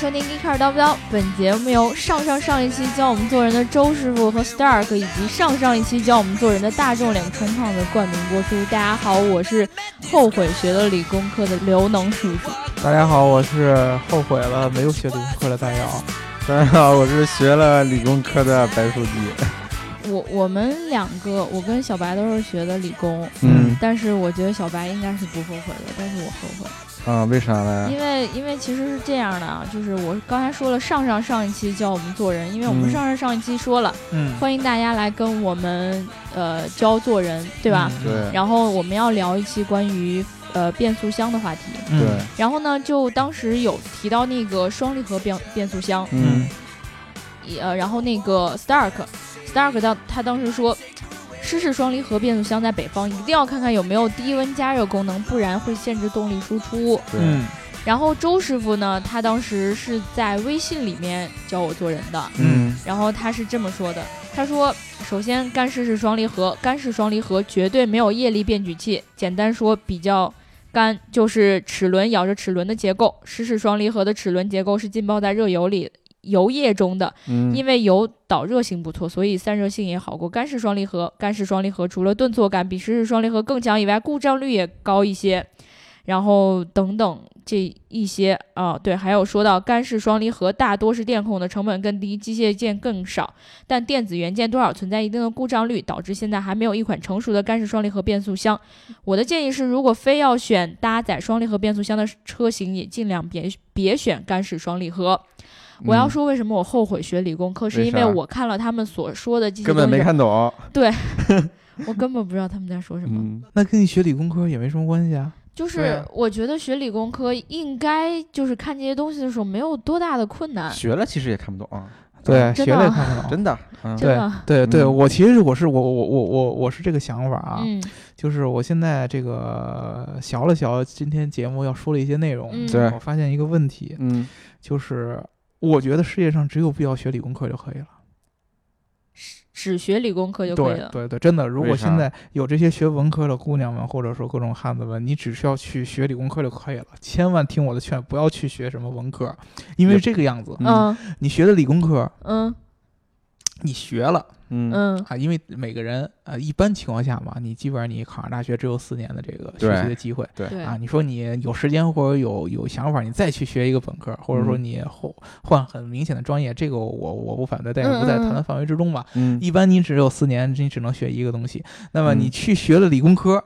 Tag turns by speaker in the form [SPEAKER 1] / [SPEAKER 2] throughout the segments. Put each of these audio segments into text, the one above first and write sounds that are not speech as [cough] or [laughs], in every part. [SPEAKER 1] 收听《一开始叨不叨》，本节目由上上上一期教我们做人的周师傅和 Stark，以及上上一期教我们做人的大众脸充胖子冠名播出。大家好，我是后悔学了理工科的刘能叔叔。
[SPEAKER 2] 大家好，我是后悔了没有学理工科的大姚。
[SPEAKER 3] 大家好，我是学了理工科的白书记。
[SPEAKER 1] 我我们两个，我跟小白都是学的理工，
[SPEAKER 3] 嗯
[SPEAKER 1] 但是我觉得小白应该是不后悔的，但是我后悔。
[SPEAKER 3] 啊，为啥呢？
[SPEAKER 1] 因为因为其实是这样的啊，就是我刚才说了上上上一期教我们做人，因为我们
[SPEAKER 3] 嗯
[SPEAKER 1] 上上上一期说了，
[SPEAKER 2] 嗯，
[SPEAKER 1] 欢迎大家来跟我们呃教做人，对吧？
[SPEAKER 2] 嗯
[SPEAKER 3] 对，
[SPEAKER 1] 然后我们要聊一期关于呃变速箱的话题。
[SPEAKER 2] 嗯
[SPEAKER 3] 对，
[SPEAKER 1] 然后呢，就当时有提到那个双离合变变速箱，
[SPEAKER 3] 嗯，
[SPEAKER 1] 呃，然后那个 Stark Stark 当他当时说。湿式双离合变速箱在北方一定要看看有没有低温加热功能，不然会限制动力输出。
[SPEAKER 3] 对，
[SPEAKER 2] 嗯
[SPEAKER 1] 然后周师傅呢，他当时是在微信里面教我做人的，
[SPEAKER 3] 嗯，
[SPEAKER 1] 然后他是这么说的，他说：“首先，干式是双离合，干式双离合绝对没有液力变矩器，简单说比较干，就是齿轮咬着齿轮的结构。湿式双离合的齿轮结构是浸泡在热油里。”油液中的，
[SPEAKER 3] 嗯，
[SPEAKER 1] 因为油导热性不错，所以散热性也好过干式双离合。干式双离合除了顿挫感比湿式双离合更强以外，故障率也高一些。然后等等这一些啊，对，还有说到干式双离合大多是电控的，成本更低，机械件更少，但电子元件多少存在一定的故障率，导致现在还没有一款成熟的干式双离合变速箱。我的建议是，如果非要选搭载双离合变速箱的车型，也尽量别别选干式双离合。我要说为什么我后悔学理工科，是
[SPEAKER 3] 嗯为
[SPEAKER 1] 因为
[SPEAKER 3] 啥
[SPEAKER 1] 我看了他们所说的这些
[SPEAKER 3] 根
[SPEAKER 1] 东西，
[SPEAKER 3] 本没看懂。
[SPEAKER 1] 我根本不知道他们在说什么。
[SPEAKER 3] 嗯，
[SPEAKER 2] 那跟你学理工科也没什么关系啊。
[SPEAKER 1] 就
[SPEAKER 2] 对
[SPEAKER 1] 是
[SPEAKER 2] 啊
[SPEAKER 1] 我觉得学理工科应该就是看这些东西的时候没有多大的困难，
[SPEAKER 3] 学了其实也看不懂，
[SPEAKER 2] 对，
[SPEAKER 1] 真
[SPEAKER 2] 学
[SPEAKER 1] 的
[SPEAKER 2] 了也
[SPEAKER 1] 啊
[SPEAKER 2] 看不懂。
[SPEAKER 3] 真的。嗯
[SPEAKER 1] 真的。
[SPEAKER 2] [laughs] 对对，
[SPEAKER 3] 嗯
[SPEAKER 2] 我其实我是我我我我我是这个想法啊，
[SPEAKER 1] 嗯
[SPEAKER 2] 就是我现在这个想了想今天节目要说的一些内容，
[SPEAKER 1] 嗯
[SPEAKER 3] 对
[SPEAKER 2] 我发现一个问题，
[SPEAKER 3] 嗯，
[SPEAKER 2] 就是我觉得世界上只有必要学理工科就可以了。
[SPEAKER 1] 只学理工科就可以
[SPEAKER 2] 对
[SPEAKER 1] 了。
[SPEAKER 2] 对对，真的，如
[SPEAKER 3] 为
[SPEAKER 2] 果
[SPEAKER 3] 啥
[SPEAKER 2] 现在有这些学文科的姑娘们，或者说各种汉子们，你只需要去学理工科就可以了，千万听我的劝，不要去学什么文科，因为
[SPEAKER 3] 也
[SPEAKER 2] 是这个样子，
[SPEAKER 1] 嗯
[SPEAKER 2] 你学的理工科，
[SPEAKER 1] 嗯
[SPEAKER 2] 你学了
[SPEAKER 3] 嗯，
[SPEAKER 1] 嗯
[SPEAKER 2] 啊，因为每个人啊，一般情况下嘛，你基本上你考上大学只有四年的这个学习
[SPEAKER 3] 对
[SPEAKER 2] 的机会。
[SPEAKER 1] 对
[SPEAKER 2] 啊，你说你有时间或者有有想法，你再去学一个本科，或者说
[SPEAKER 3] 嗯
[SPEAKER 2] 你后换很明显的专业，这个我我不反对，但
[SPEAKER 1] 嗯
[SPEAKER 2] 是不在
[SPEAKER 1] 嗯
[SPEAKER 2] 谈
[SPEAKER 1] 嗯
[SPEAKER 2] 论范围之中吧。
[SPEAKER 3] 嗯，
[SPEAKER 2] 一般你只有四年，你只能学一个东西。那么
[SPEAKER 3] 嗯
[SPEAKER 2] 你去学了理工科，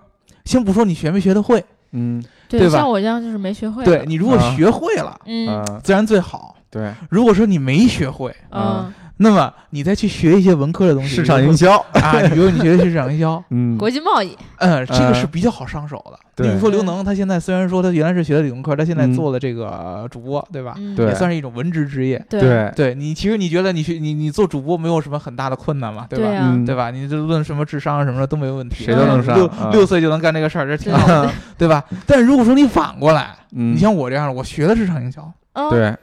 [SPEAKER 2] 先不说你学没学得会，
[SPEAKER 3] 嗯，
[SPEAKER 2] 对吧
[SPEAKER 1] 像我这样就是没学会。
[SPEAKER 2] 对你如果
[SPEAKER 3] 啊
[SPEAKER 2] 学会了，
[SPEAKER 1] 嗯
[SPEAKER 3] 啊，
[SPEAKER 2] 自然最好。
[SPEAKER 3] 对，
[SPEAKER 2] 如果说你没学会，
[SPEAKER 1] 嗯
[SPEAKER 3] 啊，
[SPEAKER 2] 那么你再去学一些文科的东西，
[SPEAKER 3] 市场
[SPEAKER 2] 比如
[SPEAKER 3] 营
[SPEAKER 2] 说
[SPEAKER 3] 销。，
[SPEAKER 2] 啊，比如你学的市场营销
[SPEAKER 3] [laughs] 嗯，
[SPEAKER 1] 国际贸易
[SPEAKER 2] 嗯，这个
[SPEAKER 3] 呃
[SPEAKER 2] 是比较好上手的。
[SPEAKER 3] 对
[SPEAKER 2] 比如说刘能，他现在虽然说他原来是学的理工科，他现在
[SPEAKER 3] 嗯
[SPEAKER 2] 做了这个主播，啊对吧？
[SPEAKER 1] 嗯
[SPEAKER 3] 对
[SPEAKER 2] 也算是一种文职职业。
[SPEAKER 1] 对
[SPEAKER 2] 对你，其实你觉得你去你你做主播没有什么很大的困难嘛，对吧？
[SPEAKER 1] 对啊
[SPEAKER 3] 嗯
[SPEAKER 2] 对吧？你这论什么智商什么的都没问题，
[SPEAKER 3] 谁
[SPEAKER 1] 都能
[SPEAKER 3] 上
[SPEAKER 2] 六
[SPEAKER 3] 啊
[SPEAKER 2] 六岁就能干这个事儿，这挺好， [laughs]
[SPEAKER 1] 对啊
[SPEAKER 2] 对吧？但如果说你反过来，
[SPEAKER 3] 嗯，
[SPEAKER 2] 你像我这样的，我学的市场营销，
[SPEAKER 1] 嗯
[SPEAKER 3] 对，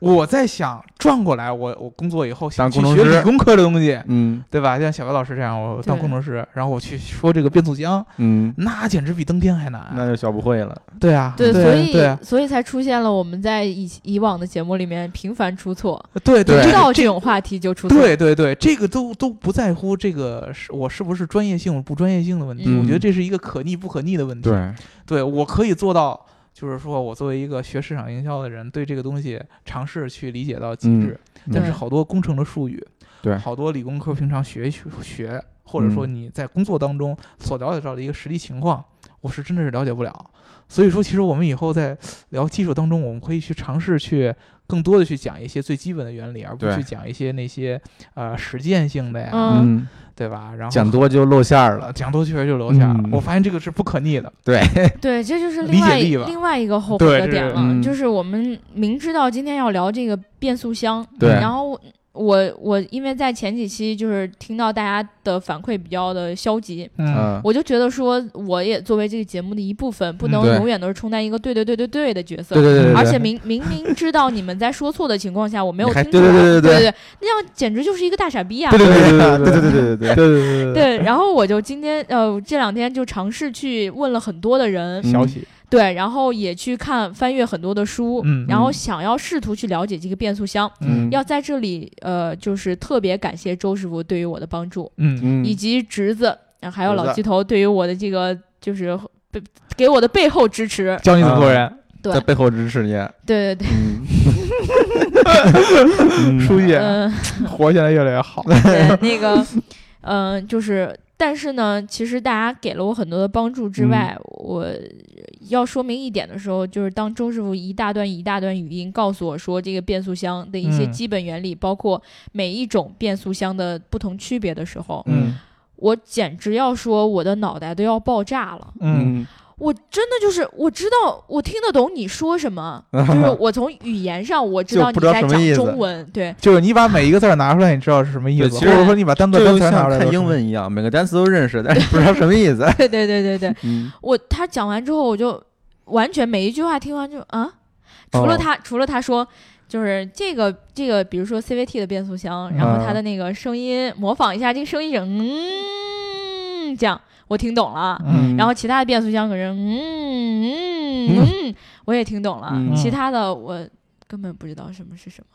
[SPEAKER 2] 我在想转过来，我我工作以后想
[SPEAKER 3] 当
[SPEAKER 2] 去
[SPEAKER 3] 工程
[SPEAKER 2] 学
[SPEAKER 3] 师
[SPEAKER 2] 理工科的东西，
[SPEAKER 3] 嗯
[SPEAKER 2] 对吧？像小白老师这样，我当
[SPEAKER 1] 对
[SPEAKER 2] 工程师，然后我去说这个变速箱，
[SPEAKER 3] 嗯，
[SPEAKER 2] 那简直比登天还
[SPEAKER 3] 那
[SPEAKER 2] 难。
[SPEAKER 3] 就学不会了。
[SPEAKER 2] 对啊，对，
[SPEAKER 1] 对，所以
[SPEAKER 2] 对啊
[SPEAKER 1] 所以才出现了我们在以以往的节目里面频繁出错，
[SPEAKER 2] 对
[SPEAKER 3] 对
[SPEAKER 2] 这
[SPEAKER 1] 知
[SPEAKER 2] [laughs] 个
[SPEAKER 1] 道
[SPEAKER 2] 这
[SPEAKER 1] 这种话题就出错。
[SPEAKER 2] 对对对，这个都都不在乎这个是我是不是专业性不专业性的问题，
[SPEAKER 3] 嗯
[SPEAKER 2] 我觉得这是一个可逆不可逆的问题。
[SPEAKER 3] 对，
[SPEAKER 2] 对我可以做到，就是说我作为一个学市场营销的人，对这个东西尝试去理解到极致。但
[SPEAKER 1] 对
[SPEAKER 2] 是好多工程的术语，
[SPEAKER 3] 嗯对嗯
[SPEAKER 2] 好多理工科平常学学学，或者说你在工作当中所了解到的一个实际情况，我是真的是了解不了。所以说，其实我们以后在聊技术当中，我们可以去尝试去更多的去讲一些最基本的原理，而不
[SPEAKER 3] 对
[SPEAKER 2] 去讲一些那些呃实践性的呀，
[SPEAKER 1] 嗯
[SPEAKER 3] 嗯，
[SPEAKER 2] 对吧？然后
[SPEAKER 3] 讲多就露馅儿了。
[SPEAKER 2] 了，讲多确实就留下了。
[SPEAKER 3] 嗯
[SPEAKER 2] 我发现这个是不可逆的。
[SPEAKER 1] 对，这就是
[SPEAKER 2] 理
[SPEAKER 1] 另
[SPEAKER 2] 解
[SPEAKER 1] 外
[SPEAKER 2] 力吧
[SPEAKER 1] 另外一个后悔的
[SPEAKER 2] 对这
[SPEAKER 1] 点
[SPEAKER 2] 是
[SPEAKER 1] 了，
[SPEAKER 3] 嗯
[SPEAKER 1] 就是我们明知道今天要聊这个变速箱，
[SPEAKER 3] 对
[SPEAKER 1] 然后我我我因为在前几期就是听到大家的反馈比较的消极，
[SPEAKER 2] 嗯，
[SPEAKER 3] 嗯，
[SPEAKER 1] 我就觉得说我也作为这个节目的一部分，不
[SPEAKER 2] 嗯
[SPEAKER 1] 能
[SPEAKER 3] 对
[SPEAKER 1] 永远都是充当一个对对对对对的角色。
[SPEAKER 3] 对对对对，对
[SPEAKER 1] 而且明明明知道你们在说错的情况下，我没有
[SPEAKER 3] 你
[SPEAKER 1] 听
[SPEAKER 3] 还
[SPEAKER 1] 出来，
[SPEAKER 3] 对对对对
[SPEAKER 1] 对
[SPEAKER 3] 对
[SPEAKER 1] 那样简直就是一个大傻逼啊！
[SPEAKER 3] 对对对对对对对对对对
[SPEAKER 1] 对然后我就今天呃这两天就尝试去问了很多的人，
[SPEAKER 3] 嗯
[SPEAKER 2] 消息
[SPEAKER 1] 对，然后也去看翻阅很多的书，
[SPEAKER 2] 嗯
[SPEAKER 1] 然后
[SPEAKER 3] 嗯
[SPEAKER 1] 想要试图去了解这个变速箱。
[SPEAKER 2] 嗯
[SPEAKER 1] 要在这里，呃，就是特别感谢周师傅对于我的帮助，
[SPEAKER 2] 嗯
[SPEAKER 3] 嗯
[SPEAKER 1] 以及侄子，啊还有
[SPEAKER 3] 侄
[SPEAKER 1] 老
[SPEAKER 3] 子
[SPEAKER 1] 鸡头对于我的这个就是背给我的背后支持。
[SPEAKER 2] 教你怎么做人，
[SPEAKER 1] 对
[SPEAKER 3] 在背后支持你，
[SPEAKER 1] 对对对，
[SPEAKER 3] 嗯
[SPEAKER 2] 书记
[SPEAKER 1] [laughs] 嗯、
[SPEAKER 2] 活现在越来越好。
[SPEAKER 1] 对那个，嗯、就是，但是呢，其实大家给了我很多的帮助
[SPEAKER 3] 嗯
[SPEAKER 1] 之外，我要说明一点的时候，就是当周师傅一大段一大段语音告诉我说这个变速箱的一些
[SPEAKER 2] 嗯
[SPEAKER 1] 基本原理，包括每一种变速箱的不同区别的时候，
[SPEAKER 3] 嗯
[SPEAKER 1] 我简直要说我的脑袋都要爆炸了。
[SPEAKER 2] 嗯
[SPEAKER 1] 我真的就是我知道我听得懂你说什
[SPEAKER 3] [laughs]
[SPEAKER 1] 么，就是我从语言上我知
[SPEAKER 3] 就
[SPEAKER 1] 道你
[SPEAKER 3] 不知道
[SPEAKER 1] 在
[SPEAKER 3] 什么
[SPEAKER 1] 讲
[SPEAKER 3] 意思
[SPEAKER 1] 中文，对 [laughs]
[SPEAKER 2] 就是你把每一个字儿拿出来，你知道是什么意思，
[SPEAKER 3] 对
[SPEAKER 2] 或
[SPEAKER 3] 其实
[SPEAKER 2] 者说你把单个
[SPEAKER 3] 这
[SPEAKER 2] 单
[SPEAKER 3] 就
[SPEAKER 2] 词儿拿
[SPEAKER 3] 像
[SPEAKER 2] 出来都
[SPEAKER 3] 看
[SPEAKER 2] 是
[SPEAKER 3] 英，文一样，每个单词都认识，但是不知道什么意思。
[SPEAKER 1] 对对对对对。
[SPEAKER 3] 嗯，
[SPEAKER 1] 我他讲完之后，我就完全每一句话听完就啊，除了
[SPEAKER 3] 哦
[SPEAKER 1] 他、除了他说就是这个这个，比如说 CVT 的变速箱，然后他
[SPEAKER 3] 嗯
[SPEAKER 1] 的那个声音、模仿一下这个声音是嗯这样，我听懂了。
[SPEAKER 2] 嗯
[SPEAKER 1] 然后其他的变速箱可是嗯嗯嗯，我也听懂了，
[SPEAKER 3] 嗯
[SPEAKER 1] 其他的我根本不知道什么是什么。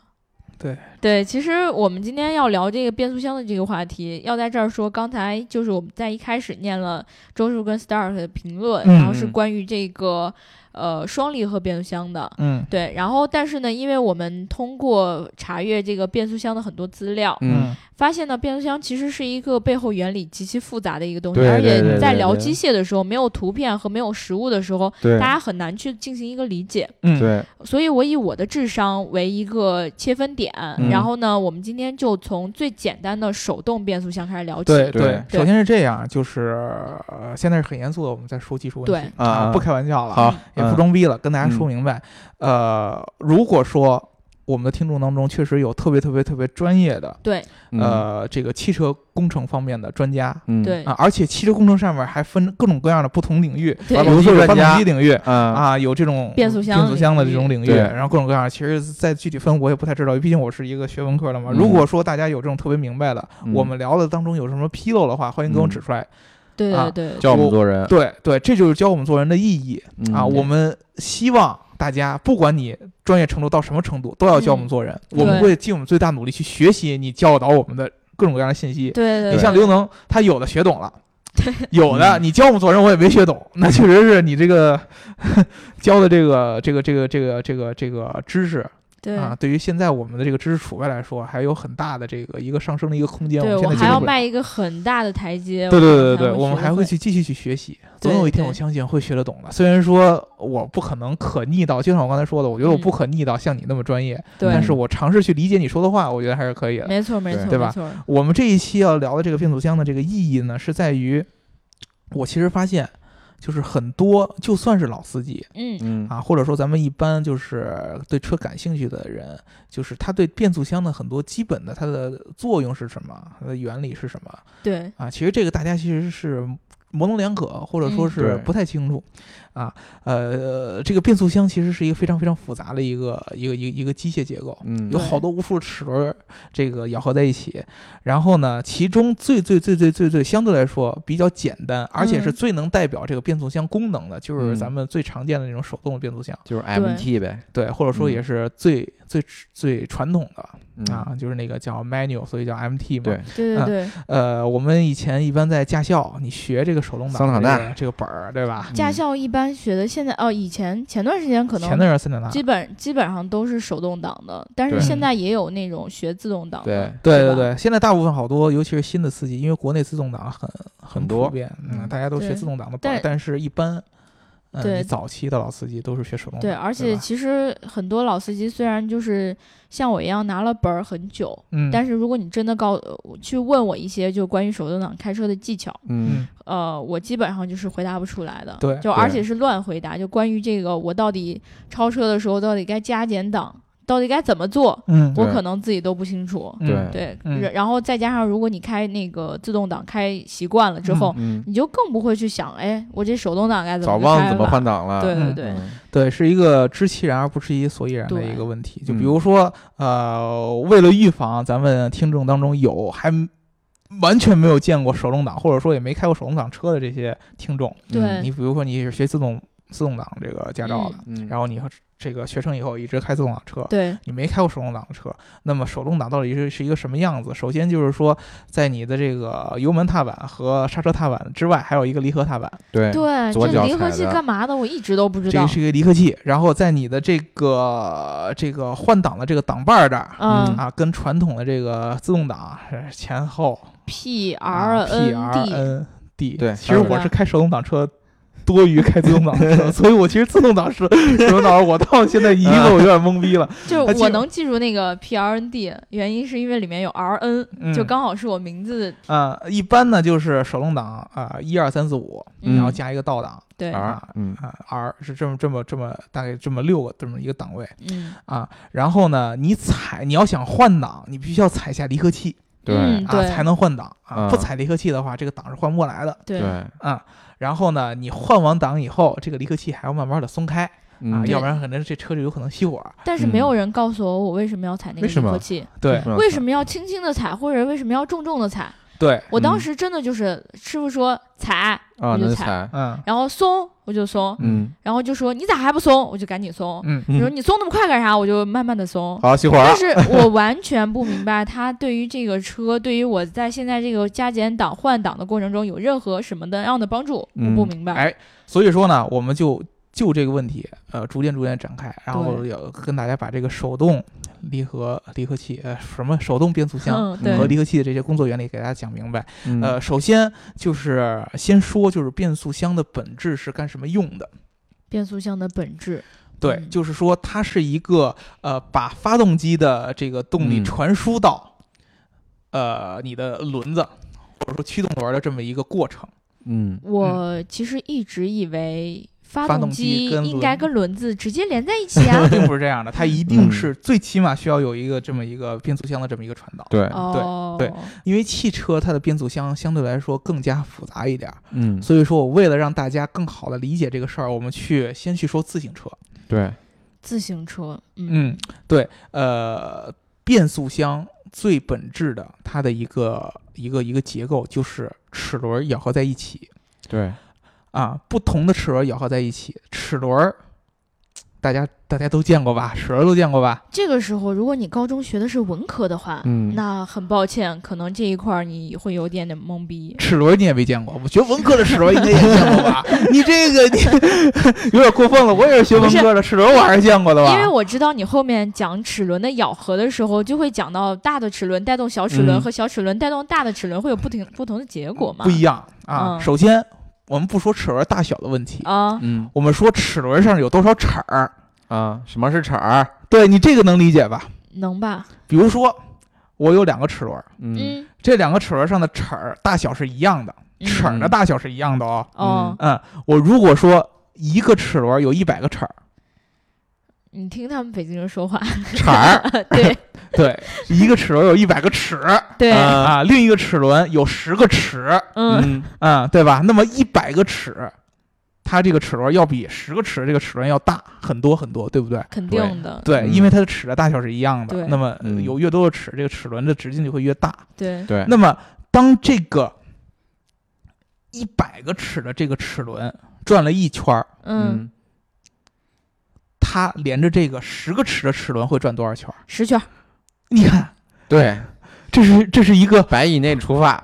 [SPEAKER 2] 对
[SPEAKER 1] 对，其实我们今天要聊这个变速箱的这个话题，要在这儿说，刚才就是我们在一开始念了周树跟 Star 的评论，
[SPEAKER 2] 嗯
[SPEAKER 1] 然后是关于这个呃双离合变速箱的。
[SPEAKER 2] 嗯
[SPEAKER 1] 对，然后但是呢，因为我们通过查阅这个变速箱的很多资料，
[SPEAKER 3] 嗯，
[SPEAKER 1] 发现呢，变速箱其实是一个背后原理极其复杂的一个东西，
[SPEAKER 3] 对
[SPEAKER 1] 而
[SPEAKER 3] 对
[SPEAKER 1] 且
[SPEAKER 3] 对
[SPEAKER 1] 在
[SPEAKER 3] 对
[SPEAKER 1] 聊
[SPEAKER 3] 对
[SPEAKER 1] 机械的时候，没有图片和没有实物的时候，
[SPEAKER 3] 对
[SPEAKER 1] 大家很难去进行一个理解。
[SPEAKER 2] 嗯，
[SPEAKER 3] 对，
[SPEAKER 1] 所以我以我的智商为一个切分点，
[SPEAKER 3] 嗯
[SPEAKER 1] 然后呢，我们今天就从最简单的手动变速箱开始聊起。
[SPEAKER 2] 对
[SPEAKER 3] 对
[SPEAKER 2] 对，
[SPEAKER 1] 对
[SPEAKER 2] 首先是这样，就是呃，现在是很严肃的，我们在说技术问题
[SPEAKER 3] 对啊
[SPEAKER 2] 不开玩笑了，
[SPEAKER 3] 好，嗯
[SPEAKER 2] 也不装逼了，跟大家说明白。呃，如果说我们的听众当中确实有特别特别特别专业的，
[SPEAKER 1] 对
[SPEAKER 3] 嗯，
[SPEAKER 2] 呃，这个汽车工程方面的专家
[SPEAKER 3] 嗯，
[SPEAKER 1] 对
[SPEAKER 2] 啊，而且汽车工程上面还分各种各样的不同领域，
[SPEAKER 1] 对
[SPEAKER 3] 发
[SPEAKER 2] 比
[SPEAKER 3] 动
[SPEAKER 2] 如
[SPEAKER 3] 机
[SPEAKER 2] 说有
[SPEAKER 3] 专
[SPEAKER 2] 发动
[SPEAKER 3] 家
[SPEAKER 2] 机领域。
[SPEAKER 3] 啊，
[SPEAKER 2] 啊，有这种
[SPEAKER 1] 变速箱
[SPEAKER 2] 变速箱的这种领域，
[SPEAKER 3] 对
[SPEAKER 2] 然后各种各样。其实，在具体分我也不太知道，毕竟我是一个学文科的嘛。
[SPEAKER 3] 嗯
[SPEAKER 2] 如果说大家有这种特别明白的，
[SPEAKER 3] 嗯
[SPEAKER 2] 我们聊的当中有什么纰漏的话，欢迎给我
[SPEAKER 3] 嗯
[SPEAKER 2] 指出来。
[SPEAKER 1] 对
[SPEAKER 2] 啊
[SPEAKER 1] 对对，
[SPEAKER 3] 教我们做人
[SPEAKER 2] 对对，这就是教我们做人的意义啊。
[SPEAKER 3] 嗯
[SPEAKER 2] 我们希望大家，不管你专业程度到什么程度，都要教我们做人。
[SPEAKER 1] 嗯
[SPEAKER 2] 我们
[SPEAKER 1] 对
[SPEAKER 2] 会尽我们最大努力去学习你教导我们的各种各样的信息。
[SPEAKER 1] 对对，
[SPEAKER 2] 你
[SPEAKER 1] 对
[SPEAKER 2] 像
[SPEAKER 1] 对
[SPEAKER 2] 刘能，他有的学懂了。有的，
[SPEAKER 3] 嗯
[SPEAKER 2] 你教我们做人，我也没学懂，那确实是你这个教的这个这个这个这个这个这个知识
[SPEAKER 1] 对
[SPEAKER 2] 啊，对于现在我们的这个知识储备来说，还有很大的这个一个上升的一个空间。
[SPEAKER 1] 对
[SPEAKER 2] 我
[SPEAKER 1] 我
[SPEAKER 2] 们现
[SPEAKER 1] 还
[SPEAKER 2] 在接受
[SPEAKER 1] 要
[SPEAKER 2] 不了。
[SPEAKER 1] 迈一个很大的台阶。
[SPEAKER 2] 对对对对
[SPEAKER 1] 才
[SPEAKER 2] 对，我们
[SPEAKER 1] 学
[SPEAKER 2] 还
[SPEAKER 1] 会
[SPEAKER 2] 会去继续去学习。总
[SPEAKER 1] 对
[SPEAKER 2] 有一天，
[SPEAKER 1] 对
[SPEAKER 2] 我相信会学得懂的。虽然说我不可能可逆到，就像我刚才说的，我觉得我
[SPEAKER 1] 嗯
[SPEAKER 2] 不可逆到像你那么专业，
[SPEAKER 1] 对，
[SPEAKER 2] 但是我尝试去理解你说的话，我觉得还是可以的。
[SPEAKER 1] 没错没错
[SPEAKER 2] 对吧
[SPEAKER 1] 没错，
[SPEAKER 2] 我们这一期要聊的这个变速箱的这个意义呢，是在于我其实发现，就是很多就算是老司机
[SPEAKER 1] 嗯
[SPEAKER 3] 嗯
[SPEAKER 2] 啊，或者说咱们一般就是对车感兴趣的人，就是他对变速箱的很多基本的它的作用是什么，它的原理是什么
[SPEAKER 1] 对
[SPEAKER 2] 啊，其实这个大家其实是。模棱两可，或者说
[SPEAKER 1] 嗯
[SPEAKER 2] 是
[SPEAKER 3] 对
[SPEAKER 2] 不太清楚，啊，呃，这个变速箱其实是一个非常非常复杂的一个一个一个一个机械结构，
[SPEAKER 3] 嗯
[SPEAKER 2] 有好多无数齿轮儿这个咬合在一起。然后呢，其中最最最最最最相对来说比较简单，而且是
[SPEAKER 1] 嗯
[SPEAKER 2] 最能代表这个变速箱功能的，就是
[SPEAKER 3] 嗯
[SPEAKER 2] 咱们最常见的那种手动的变速箱，
[SPEAKER 3] 就是 MT 呗，
[SPEAKER 2] 对，或者说
[SPEAKER 3] 嗯
[SPEAKER 2] 也是最最最传统的
[SPEAKER 3] 嗯
[SPEAKER 2] 啊，就是那个叫 manual，所以叫 MT 嘛。
[SPEAKER 3] 对，嗯
[SPEAKER 1] 对对
[SPEAKER 2] 啊
[SPEAKER 1] 对，
[SPEAKER 2] 呃，我们以前一般在驾校，你学这个手动
[SPEAKER 3] 桑塔
[SPEAKER 2] 挡
[SPEAKER 3] 纳
[SPEAKER 2] 的这个这个本儿，对吧？
[SPEAKER 3] 嗯
[SPEAKER 1] 驾校一般学的现在哦，以前前段时间可
[SPEAKER 2] 前
[SPEAKER 1] 能
[SPEAKER 2] 段是桑塔纳。
[SPEAKER 1] 基本基本上都是手动挡的，但是
[SPEAKER 3] 对
[SPEAKER 1] 现在也有那种学自动挡的
[SPEAKER 3] 对。
[SPEAKER 2] 对对
[SPEAKER 1] 吧
[SPEAKER 2] 对，现在大部分好多，尤其是新的司机，因为国内自动挡很很
[SPEAKER 3] 很多
[SPEAKER 2] 普遍，嗯，
[SPEAKER 3] 嗯
[SPEAKER 2] 大家都学
[SPEAKER 1] 对
[SPEAKER 2] 自动挡的本儿，
[SPEAKER 1] 但
[SPEAKER 2] 但是一般，嗯，
[SPEAKER 1] 对
[SPEAKER 2] 你早期的老司机都是学手动挡，
[SPEAKER 1] 对，
[SPEAKER 2] 对，
[SPEAKER 1] 而且
[SPEAKER 2] 吧
[SPEAKER 1] 其实很多老司机虽然就是像我一样拿了本儿很久，
[SPEAKER 2] 嗯，
[SPEAKER 1] 但
[SPEAKER 2] 是
[SPEAKER 1] 是如果你真的告呃去问我一些就关于手动挡开车的技巧，
[SPEAKER 3] 嗯
[SPEAKER 2] 嗯，
[SPEAKER 1] 呃，我基本上就是回答不出来的。
[SPEAKER 2] 对
[SPEAKER 1] 就而
[SPEAKER 3] 对
[SPEAKER 1] 且是乱回答，就关于这个我到底超车的时候到底该加减档，到底该怎么做，
[SPEAKER 2] 嗯，
[SPEAKER 1] 我
[SPEAKER 3] 对
[SPEAKER 1] 可能自己都不清楚。
[SPEAKER 2] 嗯
[SPEAKER 3] 对
[SPEAKER 1] 对，
[SPEAKER 2] 嗯
[SPEAKER 1] 然后再加上如果你开那个自动挡开习惯了之后，
[SPEAKER 3] 嗯，
[SPEAKER 1] 你就更不会去想，哎，我这手动挡该怎
[SPEAKER 3] 早
[SPEAKER 1] 么
[SPEAKER 3] 忘
[SPEAKER 1] 开
[SPEAKER 3] 怎么
[SPEAKER 1] 了
[SPEAKER 3] 换挡了，
[SPEAKER 1] 对对
[SPEAKER 2] 嗯
[SPEAKER 1] 对，
[SPEAKER 3] 嗯
[SPEAKER 2] 对，是一个知其然而不知其所以然的
[SPEAKER 1] 对
[SPEAKER 2] 一个问题。就
[SPEAKER 3] 嗯
[SPEAKER 2] 比如说，呃，为了预防咱们听众当中有还完全没有见过手动挡，或者说也没开过手动挡车的这些听众，
[SPEAKER 1] 对
[SPEAKER 2] 你比如说你是学自动自动挡这个驾照的，
[SPEAKER 3] 嗯，
[SPEAKER 2] 然后你和这个学成以后一直开自动挡车，
[SPEAKER 1] 对，
[SPEAKER 3] 哎
[SPEAKER 2] 你没开过手动挡的车，那么手动挡到底是是一个什么样子？首先就是说，在你的这个油门踏板和刹车踏板之外，还有一个离合踏板，
[SPEAKER 3] 对
[SPEAKER 1] 对，
[SPEAKER 3] 左
[SPEAKER 1] 这
[SPEAKER 3] 脚
[SPEAKER 1] 离合
[SPEAKER 3] 踩
[SPEAKER 1] 器
[SPEAKER 3] 的
[SPEAKER 1] 干嘛的？我一直都不知
[SPEAKER 2] 这
[SPEAKER 1] 道
[SPEAKER 2] 个。是一个离合器。然后在你的这个这个换挡的这个挡把儿这儿。
[SPEAKER 1] 嗯
[SPEAKER 2] 啊，跟传统的这个自动挡是前后
[SPEAKER 1] ，P
[SPEAKER 2] 啊
[SPEAKER 1] R
[SPEAKER 2] P
[SPEAKER 1] N
[SPEAKER 2] R
[SPEAKER 1] D，
[SPEAKER 2] N D，
[SPEAKER 3] 对
[SPEAKER 2] 其
[SPEAKER 1] 是
[SPEAKER 2] 实我
[SPEAKER 1] 的
[SPEAKER 2] 是开手动挡车多于开自动挡车， [laughs] 所以我其实自动挡车手动挡，我到现在一个我有点懵逼了。
[SPEAKER 1] 就
[SPEAKER 2] 它
[SPEAKER 1] 是
[SPEAKER 2] 基
[SPEAKER 1] 我
[SPEAKER 2] 本
[SPEAKER 1] 能记住那个 P R N D，原因是因为里面有 R N，
[SPEAKER 2] 嗯
[SPEAKER 1] 就刚好是我名字。
[SPEAKER 2] 啊、一般呢就是手动挡啊，一二三四五，
[SPEAKER 1] 嗯
[SPEAKER 2] 然后加一个倒档
[SPEAKER 1] 对，
[SPEAKER 3] R，嗯，
[SPEAKER 2] 啊、r 是这么这么这么大概这么六个这么一个档位
[SPEAKER 1] 嗯，
[SPEAKER 2] 啊。然后呢，你踩你要想换挡，你必须要踩下离合器
[SPEAKER 3] 对
[SPEAKER 1] 嗯
[SPEAKER 2] 啊
[SPEAKER 1] 对
[SPEAKER 2] 才能换挡啊，
[SPEAKER 3] 嗯
[SPEAKER 2] 不踩离合器的话，这个档是换不过来的
[SPEAKER 1] 对
[SPEAKER 3] 对，
[SPEAKER 2] 啊。然后呢，你换完档以后，这个离合器还要慢慢的松开啊，
[SPEAKER 3] 嗯
[SPEAKER 2] 要不然可能这车就有可能熄火。
[SPEAKER 1] 但是没有人告诉我我为什么要踩那个
[SPEAKER 3] 为
[SPEAKER 1] 离
[SPEAKER 3] 什么
[SPEAKER 1] 合器，
[SPEAKER 2] 对
[SPEAKER 1] 为什么要轻轻的踩，或者为什么要重重的踩？
[SPEAKER 2] 对，
[SPEAKER 1] 我当
[SPEAKER 3] 嗯
[SPEAKER 1] 时真的就是师傅说踩，
[SPEAKER 3] 啊
[SPEAKER 1] 我就
[SPEAKER 3] 能
[SPEAKER 1] 踩
[SPEAKER 3] 踩？
[SPEAKER 2] 嗯
[SPEAKER 1] 然后松我就松，
[SPEAKER 3] 嗯，
[SPEAKER 1] 然后就说你咋还不松？我就赶紧松。
[SPEAKER 2] 嗯
[SPEAKER 1] 你说你松那么快干啥？我就慢慢的松。
[SPEAKER 3] 好，熄火
[SPEAKER 1] [laughs]
[SPEAKER 3] 了
[SPEAKER 1] 但，是我完全不明白他对于这个车，对于我在现在这个加减档、换挡的过程中有任何什么的样的帮助，我
[SPEAKER 3] 嗯
[SPEAKER 1] 不明白。
[SPEAKER 2] 哎，所以说呢，我们就就这个问题，呃，逐渐逐渐展开，然后
[SPEAKER 1] 对
[SPEAKER 2] 要跟大家把这个手动离合离合器，呃，什么手动变速箱。
[SPEAKER 1] 嗯，对，
[SPEAKER 2] 和离合器的这些工作原理给大家讲明白。
[SPEAKER 3] 嗯
[SPEAKER 2] 呃，首先就是先说，就是变速箱的本质是干什么用的？
[SPEAKER 1] 变速箱的本质。
[SPEAKER 2] 对，
[SPEAKER 1] 嗯
[SPEAKER 2] 就是说它是一个呃，把发动机的这个动力
[SPEAKER 3] 嗯
[SPEAKER 2] 传输到呃你的轮子或者说驱动轮的这么一个过程。
[SPEAKER 3] 嗯，
[SPEAKER 1] 我其实一直以为发
[SPEAKER 2] 发
[SPEAKER 1] 动
[SPEAKER 2] 动机
[SPEAKER 1] 机
[SPEAKER 2] 跟
[SPEAKER 1] 应
[SPEAKER 2] 轮
[SPEAKER 1] 该跟轮子直接连在一起
[SPEAKER 2] [laughs]。
[SPEAKER 1] 啊
[SPEAKER 2] 并不是这样的，它一定
[SPEAKER 3] 嗯
[SPEAKER 2] 是最起码需要有一个这么一个变速箱的这么一个传导，
[SPEAKER 3] 对，
[SPEAKER 1] 哦，
[SPEAKER 2] 对因为汽车它的变速箱相对来说更加复杂一点儿，
[SPEAKER 3] 嗯，
[SPEAKER 2] 所以说我为了让大家更好的理解这个事儿，我们去先去说自行车，
[SPEAKER 3] 对，
[SPEAKER 1] 自行车，嗯，
[SPEAKER 2] 嗯，对，呃，变速箱最本质的它的一个一个一个结构就是齿轮咬合在一起
[SPEAKER 3] 对，
[SPEAKER 2] 啊，不同的齿轮咬合在一起，齿轮儿大家大家都见过吧，齿轮儿都见过吧，
[SPEAKER 1] 这个时候如果你高中学的是文科的话，
[SPEAKER 3] 嗯
[SPEAKER 1] 那很抱歉，可能这一块儿你会有点点懵逼。
[SPEAKER 2] 齿轮你也没见过，我学文科的齿轮应该也见过吧？你这个你有点过分了，我也是学文科的，齿轮我还是见过的吧？
[SPEAKER 1] 因为我知道你后面讲齿轮的咬合的时候，就会讲到大的齿轮带动小齿轮
[SPEAKER 3] 嗯
[SPEAKER 1] 和小齿轮带动大的齿轮会有不停不同的结果嘛？
[SPEAKER 2] 不一样啊。
[SPEAKER 1] 嗯
[SPEAKER 2] 首先，我们不说齿轮大小的问题，
[SPEAKER 1] 啊，
[SPEAKER 3] 嗯
[SPEAKER 2] 我们说齿轮上有多少齿儿，
[SPEAKER 3] 啊，什么是齿儿？
[SPEAKER 2] 对你这个能理解吧？
[SPEAKER 1] 能吧？
[SPEAKER 2] 比如说，我有两个齿轮，
[SPEAKER 3] 嗯
[SPEAKER 1] 嗯，
[SPEAKER 2] 这两个齿轮上的齿儿大小是一样的，
[SPEAKER 1] 嗯
[SPEAKER 2] 齿儿的大小是一样的哦。
[SPEAKER 1] 哦，
[SPEAKER 2] 嗯，我如果说一个齿轮有一百个齿
[SPEAKER 1] [laughs]
[SPEAKER 2] 儿，
[SPEAKER 1] 你听他们北京人说话，
[SPEAKER 2] 嗯齿儿
[SPEAKER 1] 对
[SPEAKER 2] 对，一个齿轮有一百个齿儿。
[SPEAKER 1] 对，
[SPEAKER 3] 啊，
[SPEAKER 2] 啊，另一个齿轮有十个齿，
[SPEAKER 1] 嗯，
[SPEAKER 3] 嗯，
[SPEAKER 2] 啊，对吧？那么一百个齿，它这个齿轮要比十个齿这个齿轮要大很多很多，对不对？
[SPEAKER 1] 肯定的，
[SPEAKER 2] 对，
[SPEAKER 3] 嗯
[SPEAKER 2] 因为它的齿的大小是一样的
[SPEAKER 1] 对，
[SPEAKER 2] 那么
[SPEAKER 3] 嗯
[SPEAKER 2] 有越多的齿，这个齿轮的直径就会越大。
[SPEAKER 1] 对，
[SPEAKER 3] 对，
[SPEAKER 2] 那么当这个一百个齿的这个齿轮转了一圈儿，
[SPEAKER 1] 嗯，，
[SPEAKER 2] 它连着这个十个齿的齿轮会转多少圈儿？
[SPEAKER 1] 十圈儿，
[SPEAKER 2] 你看，
[SPEAKER 3] 对，
[SPEAKER 2] 这是这是一个
[SPEAKER 3] 百以内除法，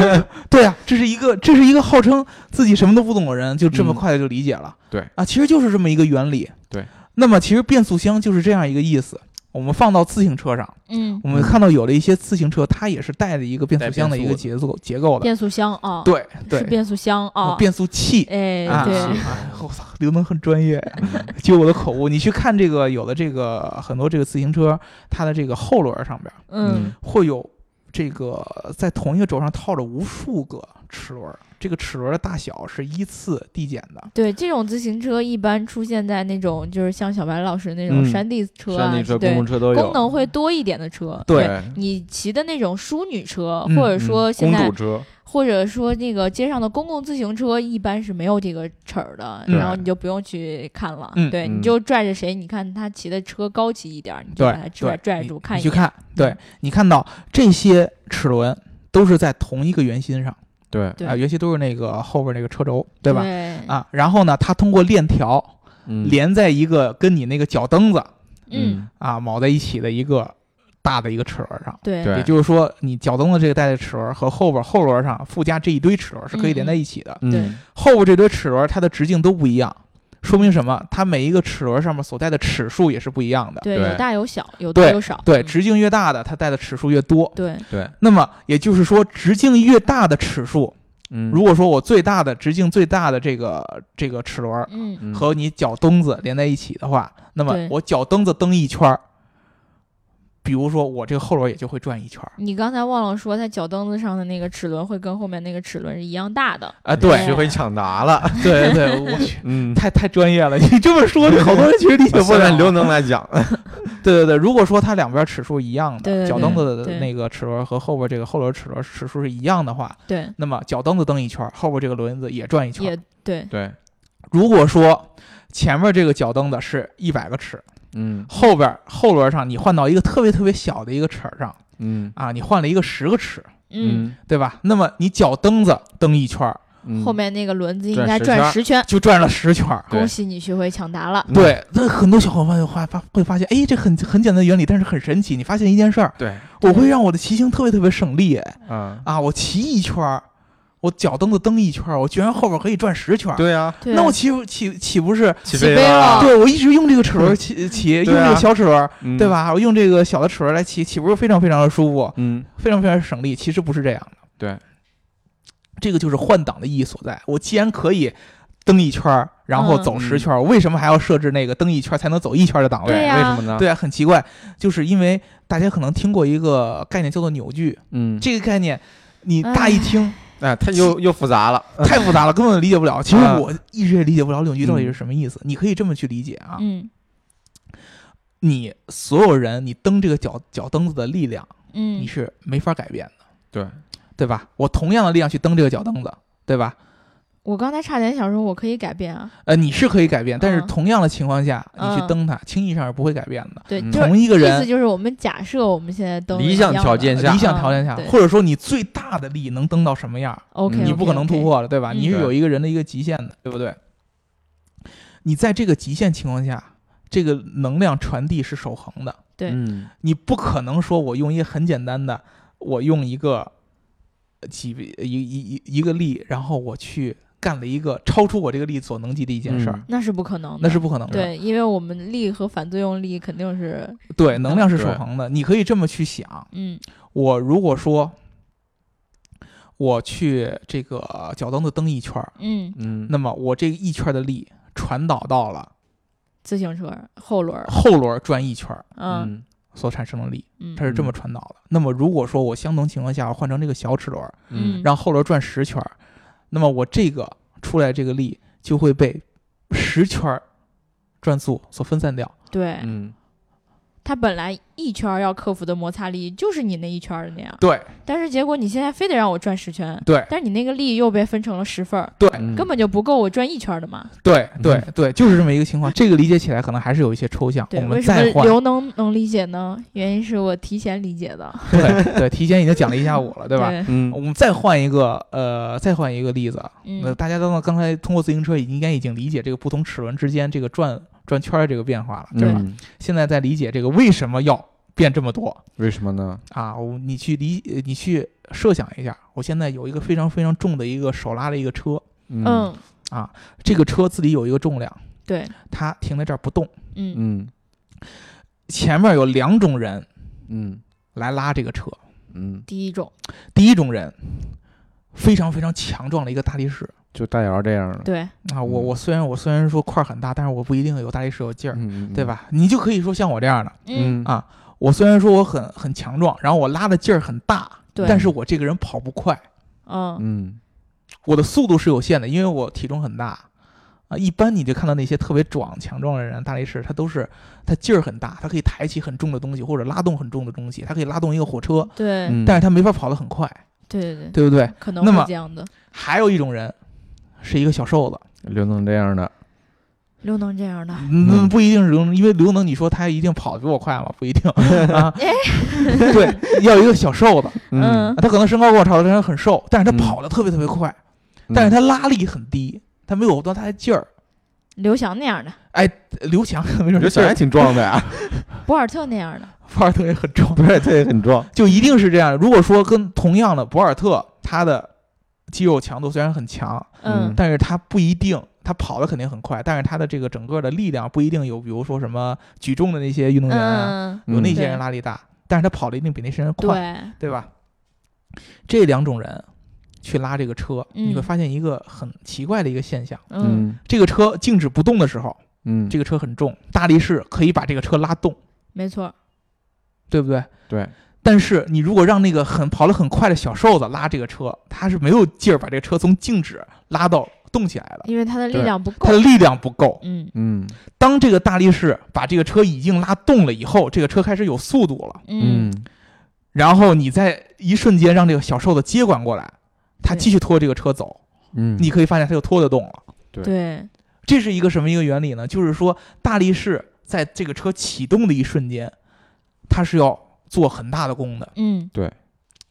[SPEAKER 2] [laughs] 对啊，这是一个这是一个号称自己什么都不懂的人，就这么
[SPEAKER 3] 嗯
[SPEAKER 2] 快就理解了。
[SPEAKER 3] 对
[SPEAKER 2] 啊，其实就是这么一个原理。
[SPEAKER 3] 对，
[SPEAKER 2] 那么其实变速箱就是这样一个意思。我们放到自行车上，
[SPEAKER 1] 嗯，
[SPEAKER 2] 我们
[SPEAKER 3] 嗯
[SPEAKER 2] 看到有了一些自行车，它也是带着一个变速箱的
[SPEAKER 3] 带
[SPEAKER 2] 一
[SPEAKER 3] 变
[SPEAKER 2] 个
[SPEAKER 3] 速
[SPEAKER 2] 结构结构的。
[SPEAKER 1] 变速箱啊，
[SPEAKER 2] 对
[SPEAKER 1] 是
[SPEAKER 2] 对，
[SPEAKER 1] 变速箱啊，
[SPEAKER 2] 变速器。
[SPEAKER 1] 哎，
[SPEAKER 2] 啊，
[SPEAKER 1] 对，
[SPEAKER 2] 哎我操，刘能很专业，
[SPEAKER 3] 嗯
[SPEAKER 1] [laughs]
[SPEAKER 2] 就我的口误。你去看这个，有的这个很多这个自行车，它的这个后轮上边儿
[SPEAKER 1] 嗯，
[SPEAKER 2] 会有这个在同一个轴上套着无数个齿轮儿，这个齿轮儿的大小是依次递减的。
[SPEAKER 1] 对，这种自行车一般出现在那种就是像小白老师那种
[SPEAKER 3] 嗯
[SPEAKER 1] 山地车
[SPEAKER 3] 山
[SPEAKER 1] 啊
[SPEAKER 3] 地，车、公
[SPEAKER 1] 对
[SPEAKER 3] 共，车都有，
[SPEAKER 1] 功能会多一点的车，
[SPEAKER 2] 对
[SPEAKER 1] 你骑的那种淑女车，
[SPEAKER 2] 嗯
[SPEAKER 1] 或者说现
[SPEAKER 3] 公
[SPEAKER 1] 在
[SPEAKER 3] 主，车，
[SPEAKER 1] 或者说那个街上的公共自行车，一般是没有这个齿儿的，
[SPEAKER 2] 嗯
[SPEAKER 1] 然后你就不用去看了。
[SPEAKER 2] 嗯
[SPEAKER 1] 对，
[SPEAKER 3] 嗯
[SPEAKER 1] 你就拽着谁，你看他骑的车高级一点儿，你就
[SPEAKER 2] 对
[SPEAKER 1] 把他，拽
[SPEAKER 2] 对，
[SPEAKER 1] 拽
[SPEAKER 2] 你
[SPEAKER 1] 住
[SPEAKER 2] 你
[SPEAKER 1] 看一
[SPEAKER 2] 去
[SPEAKER 1] 眼。嗯
[SPEAKER 2] 看，对你看到这些齿轮都是在同一个圆心上，
[SPEAKER 3] 对，
[SPEAKER 1] 对
[SPEAKER 2] 啊，尤其都是那个后边那个车轴，对
[SPEAKER 1] 对
[SPEAKER 2] 吧？？啊，然后呢，它通过链条
[SPEAKER 3] 嗯
[SPEAKER 2] 连在一个跟你那个脚蹬子
[SPEAKER 1] 嗯，
[SPEAKER 2] 啊铆在一起的一个大的一个齿轮上。
[SPEAKER 1] 对
[SPEAKER 3] 对
[SPEAKER 2] 也就是说，你脚蹬子这个带的齿轮和后边后轮上附加这一堆齿轮是可以连在一起的。
[SPEAKER 3] 嗯
[SPEAKER 1] 对
[SPEAKER 2] 后边这堆齿轮它的直径都不一样，说明什么？它每一个齿轮上面所带的齿数也是不一样的。
[SPEAKER 1] 对，
[SPEAKER 3] 对
[SPEAKER 1] 有大有小，有多有少。
[SPEAKER 2] 对，
[SPEAKER 1] 嗯
[SPEAKER 2] 直径越大的，它带的齿数越多。
[SPEAKER 1] 对
[SPEAKER 3] 对，
[SPEAKER 2] 那么也就是说，直径越大的齿数，
[SPEAKER 3] 嗯
[SPEAKER 2] 如果说我最大的直径最大的这个这个齿轮
[SPEAKER 1] 嗯
[SPEAKER 3] 嗯
[SPEAKER 2] 和你脚蹬子连在一起的话，那么
[SPEAKER 1] 对
[SPEAKER 2] 我脚蹬子蹬一圈儿，比如说我这个后轮也就会转一圈儿。
[SPEAKER 1] 你刚才忘了说，它脚蹬子上的那个齿轮会跟后面那个齿轮是一样大的。
[SPEAKER 2] 啊，
[SPEAKER 1] 对
[SPEAKER 3] 学会抢答了，
[SPEAKER 2] 对对对，我去，
[SPEAKER 3] [laughs] 嗯，
[SPEAKER 2] [laughs] 太太专业了。你这么说，好多人其实理解不
[SPEAKER 3] 现在
[SPEAKER 2] 了。
[SPEAKER 3] 刘能来讲，
[SPEAKER 2] 对对对，如果说它两边齿数一样
[SPEAKER 1] 对
[SPEAKER 2] 的，
[SPEAKER 1] 对
[SPEAKER 2] 脚
[SPEAKER 3] 对
[SPEAKER 2] 蹬子
[SPEAKER 1] 对
[SPEAKER 2] 的那个齿轮和后边这个后轮齿轮齿数是一样的话，
[SPEAKER 1] 对，
[SPEAKER 2] 那么脚蹬子蹬一圈儿，后边这个轮子也转一圈儿
[SPEAKER 1] 也。对，
[SPEAKER 3] [laughs] 对，
[SPEAKER 2] 如果说前面这个脚蹬子是一百个齿，
[SPEAKER 3] 嗯
[SPEAKER 2] 后边后轮上你换到一个特别特别小的一个齿儿上
[SPEAKER 3] 嗯
[SPEAKER 2] 啊，你换了一个十个齿，
[SPEAKER 1] 嗯，
[SPEAKER 2] 对吧？那么你脚蹬子蹬一圈儿
[SPEAKER 3] 嗯
[SPEAKER 1] 后面那个轮子应
[SPEAKER 3] 转
[SPEAKER 1] 该
[SPEAKER 3] 十
[SPEAKER 1] 转
[SPEAKER 3] 圈儿
[SPEAKER 1] 十圈。
[SPEAKER 2] 就转了十圈儿。
[SPEAKER 3] 对
[SPEAKER 1] 恭喜你学会抢答了。
[SPEAKER 3] 嗯
[SPEAKER 2] 对，那很多小伙伴就发发会发现，哎，这很很简单的原理，但是很神奇。你发现一件事儿，
[SPEAKER 3] 对，
[SPEAKER 2] 我会让我的骑行特别特别省力哎
[SPEAKER 3] 啊，
[SPEAKER 2] 啊！我骑一圈儿，我脚蹬子蹬一圈儿，我居然后边可以转十圈儿。
[SPEAKER 3] 对啊，
[SPEAKER 1] 对，
[SPEAKER 2] 那我岂不岂岂不是？
[SPEAKER 3] 起
[SPEAKER 1] 起飞
[SPEAKER 3] 了
[SPEAKER 1] 了
[SPEAKER 3] 啊，
[SPEAKER 2] 对我一直用这个齿轮骑骑，用
[SPEAKER 3] 对啊
[SPEAKER 2] 这个小齿轮，
[SPEAKER 3] 嗯
[SPEAKER 2] 对？吧？我用这个小的齿轮来骑，岂不是非常非常的舒服，
[SPEAKER 3] 嗯，
[SPEAKER 2] 非常非常省力？其实不是这样的。
[SPEAKER 3] 对，
[SPEAKER 2] 这个就是换挡的意义所在。我既然可以蹬一圈儿，然后
[SPEAKER 1] 嗯
[SPEAKER 2] 走十圈儿，我为什么还要设置那个蹬一圈儿才能走一圈儿的档位？
[SPEAKER 1] 对呀
[SPEAKER 3] 为什么呢？
[SPEAKER 2] 对啊，很奇怪，就是因为大家可能听过一个概念叫做扭矩，
[SPEAKER 3] 嗯，
[SPEAKER 2] 这个概念你大
[SPEAKER 1] 嗯
[SPEAKER 2] 一听
[SPEAKER 3] 哎，它又又复杂了，
[SPEAKER 2] [laughs] 太复杂了，根本理解不了。其实
[SPEAKER 3] 啊嗯
[SPEAKER 2] 我一直也理解不了扭矩到底是什么意思。你可以这么去理解啊，
[SPEAKER 1] 嗯
[SPEAKER 2] 你所有人你蹬这个脚脚蹬子的力量，
[SPEAKER 1] 嗯
[SPEAKER 2] 你是没法改变的，
[SPEAKER 3] 对
[SPEAKER 2] 对吧？我同样的力量去蹬这个脚蹬子，对吧？
[SPEAKER 1] 我刚才差点想说我可以改变啊，
[SPEAKER 2] 呃，你是可以改变，但是
[SPEAKER 1] 嗯
[SPEAKER 2] 同样的情况下，你去
[SPEAKER 1] 嗯
[SPEAKER 2] 蹬它，轻易上是不会改变的。
[SPEAKER 1] 对，
[SPEAKER 3] 嗯
[SPEAKER 1] 就是
[SPEAKER 2] 同一个
[SPEAKER 1] 意
[SPEAKER 2] 人
[SPEAKER 1] 思，就是我们假设我们现在都
[SPEAKER 3] 理想条件下
[SPEAKER 2] 呃理想条件下，
[SPEAKER 1] 嗯对
[SPEAKER 2] 或者说你最大的力能蹬到什么样，
[SPEAKER 1] ，OK，
[SPEAKER 2] 你不可能突，破了，对吧？
[SPEAKER 1] 嗯
[SPEAKER 2] 你是
[SPEAKER 3] 对
[SPEAKER 2] 有一个人的一个极限的，对不对？你在这个极限情况下，这个能量传递是守恒的，
[SPEAKER 1] 对
[SPEAKER 3] 嗯
[SPEAKER 2] 你不可能说我用一个很简单的，我用一个呃几一一一一个力，然后我去干了一个超出我这个力所能及的一件事儿。
[SPEAKER 3] 嗯
[SPEAKER 1] 那是不可能的，
[SPEAKER 2] 那是不可能的，
[SPEAKER 1] 对，因为我们力和反作用力肯定是，
[SPEAKER 2] 对能量是守
[SPEAKER 3] 对
[SPEAKER 2] 恒的。你可以这么去想，
[SPEAKER 1] 嗯
[SPEAKER 2] 我如果说我去这个脚蹬子蹬一圈儿，
[SPEAKER 1] 嗯，
[SPEAKER 3] 嗯，
[SPEAKER 2] 那么我这一圈儿的力传导到了
[SPEAKER 1] 自行车后轮儿，
[SPEAKER 2] 后轮儿转一圈儿
[SPEAKER 1] 嗯
[SPEAKER 3] 嗯
[SPEAKER 2] 所产生的力，
[SPEAKER 1] 嗯
[SPEAKER 2] 它是这么传导的。那么如果说我相同情况下我换成这个小齿轮儿，
[SPEAKER 1] 嗯
[SPEAKER 2] 让后轮转十圈儿，那么我这个出来这个力就会被十圈儿转速所分散掉。
[SPEAKER 1] 对，
[SPEAKER 3] 嗯
[SPEAKER 1] 它本来一圈儿要克服的摩擦力就是你那一圈儿的那样，
[SPEAKER 2] 对
[SPEAKER 1] 但是结果你现在非得让我转十圈，
[SPEAKER 2] 对
[SPEAKER 1] 但是你那个力又被分成了十份儿，
[SPEAKER 2] 对
[SPEAKER 3] 嗯
[SPEAKER 1] 根本就不够我转一圈儿的嘛。
[SPEAKER 2] 对对对，嗯就是这么一个情况。这个理解起来可能还是有一些抽象。我
[SPEAKER 1] 对，为
[SPEAKER 2] 们
[SPEAKER 1] 什么
[SPEAKER 2] 再换，
[SPEAKER 1] 刘能能理解呢？原因是我提前理解的，
[SPEAKER 2] 对对，提前已经讲了一下午了，对
[SPEAKER 1] 对
[SPEAKER 2] 吧？？我
[SPEAKER 3] 嗯，
[SPEAKER 2] 们再换一个，呃，再换一个例子。那
[SPEAKER 1] 嗯
[SPEAKER 2] 大家刚刚才通过自行车已经应该已经理解这个不同齿轮之间这个转转圈儿的这个变化了，对吧？
[SPEAKER 3] 嗯
[SPEAKER 2] 现在在理解这个为什么要变这么多，
[SPEAKER 3] 为什么呢？
[SPEAKER 2] 啊，我你去理，呃你去设想一下，我现在有一个非常非常重的一个手拉的一个车，
[SPEAKER 1] 嗯，
[SPEAKER 2] 这个车自己有一个重量，
[SPEAKER 1] 对，
[SPEAKER 2] 它停在这儿不动，
[SPEAKER 1] 嗯
[SPEAKER 3] 嗯
[SPEAKER 2] 前面有两种人
[SPEAKER 3] 嗯
[SPEAKER 2] 来拉这个车，
[SPEAKER 3] 嗯，
[SPEAKER 1] 第一种，
[SPEAKER 2] 第一种人非常非常强壮的一个大力士
[SPEAKER 3] 就大姚这样的，
[SPEAKER 1] 对
[SPEAKER 2] 啊，我
[SPEAKER 3] 嗯
[SPEAKER 2] 我虽然我虽然说块儿很大，但是我不一定有大力士有劲儿，
[SPEAKER 3] 嗯，
[SPEAKER 2] 对？吧？你就可以说像我这样的，
[SPEAKER 1] 嗯
[SPEAKER 3] 嗯
[SPEAKER 2] 啊我虽然说我很很强壮，然后我拉的劲儿很大，
[SPEAKER 1] 对
[SPEAKER 2] 但是我这个人跑不快，
[SPEAKER 1] 嗯
[SPEAKER 3] 嗯
[SPEAKER 2] 我的速度是有限的，因为我体重很大啊。一般你就看到那些特别壮、强壮的人，大力士，他都是他劲儿很大，他可以抬起很重的东西，或者拉动很重的东西，他可以拉动一个火车，
[SPEAKER 1] 对
[SPEAKER 3] 嗯，
[SPEAKER 2] 但是他没法跑得很快，
[SPEAKER 1] 对对对，
[SPEAKER 2] 对不对？
[SPEAKER 1] 可能
[SPEAKER 2] 那
[SPEAKER 1] 会
[SPEAKER 2] 么
[SPEAKER 1] 这样的，
[SPEAKER 2] 还有一种人是一个小瘦子，
[SPEAKER 3] 刘能这样的，
[SPEAKER 1] 刘能这样的，
[SPEAKER 2] 嗯，不一定是刘能，因为刘能你说他一定跑得比我快吗？不
[SPEAKER 3] [laughs]
[SPEAKER 2] 一定啊。
[SPEAKER 3] 哎
[SPEAKER 2] 对，要一个小瘦子，
[SPEAKER 1] 嗯
[SPEAKER 2] 他可能身高跟我差不多，但是他很瘦，但是他
[SPEAKER 3] 嗯
[SPEAKER 2] 跑得特别特别快，但是他拉力很低，他没有多大的劲儿。
[SPEAKER 1] 刘翔那样的，
[SPEAKER 2] 呃刘翔 [laughs] 没准
[SPEAKER 3] 刘翔还
[SPEAKER 2] 儿
[SPEAKER 3] 挺壮的 [laughs] 呀，
[SPEAKER 1] 博尔特那样的，
[SPEAKER 2] [laughs] 博尔特也很壮，
[SPEAKER 3] 不是，他也很壮，
[SPEAKER 2] 就一定是这样。如果说跟同样的博尔特，他的肌肉强度虽然很强，
[SPEAKER 1] 嗯
[SPEAKER 3] 嗯
[SPEAKER 2] 但是他不一定，他跑的肯定很快，但是他的这个整个的力量不一定有，比如说什么举重的那些运动员啊，
[SPEAKER 1] 嗯，
[SPEAKER 2] 有那
[SPEAKER 3] 嗯
[SPEAKER 2] 些人
[SPEAKER 1] 对
[SPEAKER 2] 拉力大，但是他跑的一定比那些人快，
[SPEAKER 1] 对，嗯
[SPEAKER 2] 对吧？这两种人去拉这个车，
[SPEAKER 1] 嗯
[SPEAKER 2] 你会发现一个很奇怪的一个现象：
[SPEAKER 1] 嗯，
[SPEAKER 2] 这个车静止不动的时候，
[SPEAKER 3] 嗯，
[SPEAKER 2] 这个车很重，大力士可以把这个车拉动，
[SPEAKER 1] 没错，
[SPEAKER 2] 对不对？
[SPEAKER 3] 对，
[SPEAKER 2] 但是你如果让那个很跑得很快的小瘦子拉这个车，他是没有劲儿把这个车从静止拉到动起来的，
[SPEAKER 1] 因为他的力
[SPEAKER 3] 对
[SPEAKER 1] 量不够
[SPEAKER 2] 他，的力量不够。
[SPEAKER 1] 嗯
[SPEAKER 3] 嗯
[SPEAKER 2] 当这个大力士把这个车已经拉动了以后，这个车开始有速度了，
[SPEAKER 1] 嗯，
[SPEAKER 2] 然后你在一瞬间让这个小瘦子接管过来，他
[SPEAKER 1] 对
[SPEAKER 2] 继续拖这个车走，
[SPEAKER 3] 嗯，
[SPEAKER 2] 你可以发现他就拖得动了。
[SPEAKER 1] 对，
[SPEAKER 2] 这是一个什么一个原理呢？就是说大力士在这个车启动的一瞬间，他是要做很大的功的，
[SPEAKER 1] 嗯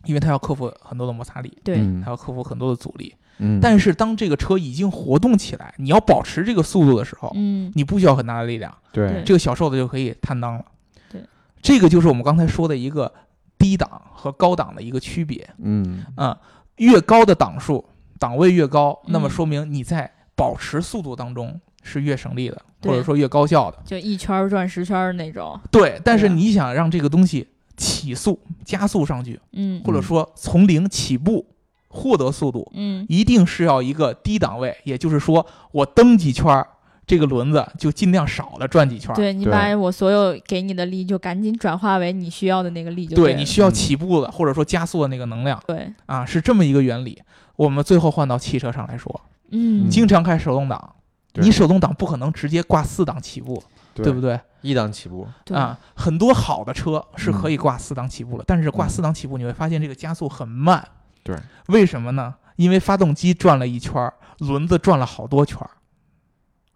[SPEAKER 2] 因为他要克服很多的摩擦力，
[SPEAKER 1] 对，
[SPEAKER 2] 他要克服很多的阻力。
[SPEAKER 3] 嗯，
[SPEAKER 2] 但是当这个车已经活动起来，你要保持这个速度的时候，
[SPEAKER 1] 嗯
[SPEAKER 2] 你不需要很大的力量。
[SPEAKER 3] 对，
[SPEAKER 2] 这个小瘦子就可以摊当了。
[SPEAKER 1] 对，
[SPEAKER 2] 这个就是我们刚才说的一个低档和高档的一个区别
[SPEAKER 3] 嗯
[SPEAKER 2] 啊、越高的档数，档位越高，那么
[SPEAKER 1] 嗯
[SPEAKER 2] 说明你在保持速度当中是越省力的，
[SPEAKER 1] 对
[SPEAKER 2] 或者说越高效的。
[SPEAKER 1] 就一圈儿转十圈儿那种，
[SPEAKER 2] 对，但是
[SPEAKER 1] 对啊
[SPEAKER 2] 你想让这个东西起速、加速上去，
[SPEAKER 1] 嗯
[SPEAKER 2] 或者说从零起步获得速度，
[SPEAKER 1] 嗯
[SPEAKER 2] 一定是要一个低档位，也就是说，我蹬几圈儿，这个轮子就尽量少的转几圈儿。
[SPEAKER 1] 对你
[SPEAKER 3] 对
[SPEAKER 1] 把我所有给你的力就赶紧转化为你需要的那个力就
[SPEAKER 2] 对
[SPEAKER 1] 了
[SPEAKER 2] 你需要
[SPEAKER 3] 嗯
[SPEAKER 2] 起步的或者说加速的那个能量
[SPEAKER 1] 对，
[SPEAKER 2] 啊，是这么一个原理。我们最后换到汽车上来说，
[SPEAKER 1] 嗯，
[SPEAKER 2] 经常开手动挡，
[SPEAKER 3] 对
[SPEAKER 2] 你手动挡不可能直接挂四档起步，
[SPEAKER 3] 对
[SPEAKER 2] 不对？
[SPEAKER 3] 一档起步，
[SPEAKER 1] 对嗯
[SPEAKER 2] 啊，很多好的车是可以挂四档起步的，但是挂四档起步你会发现这个加速很慢。
[SPEAKER 3] 对，
[SPEAKER 2] 为什么呢？因为发动机转了一圈儿，轮子转了好多圈儿，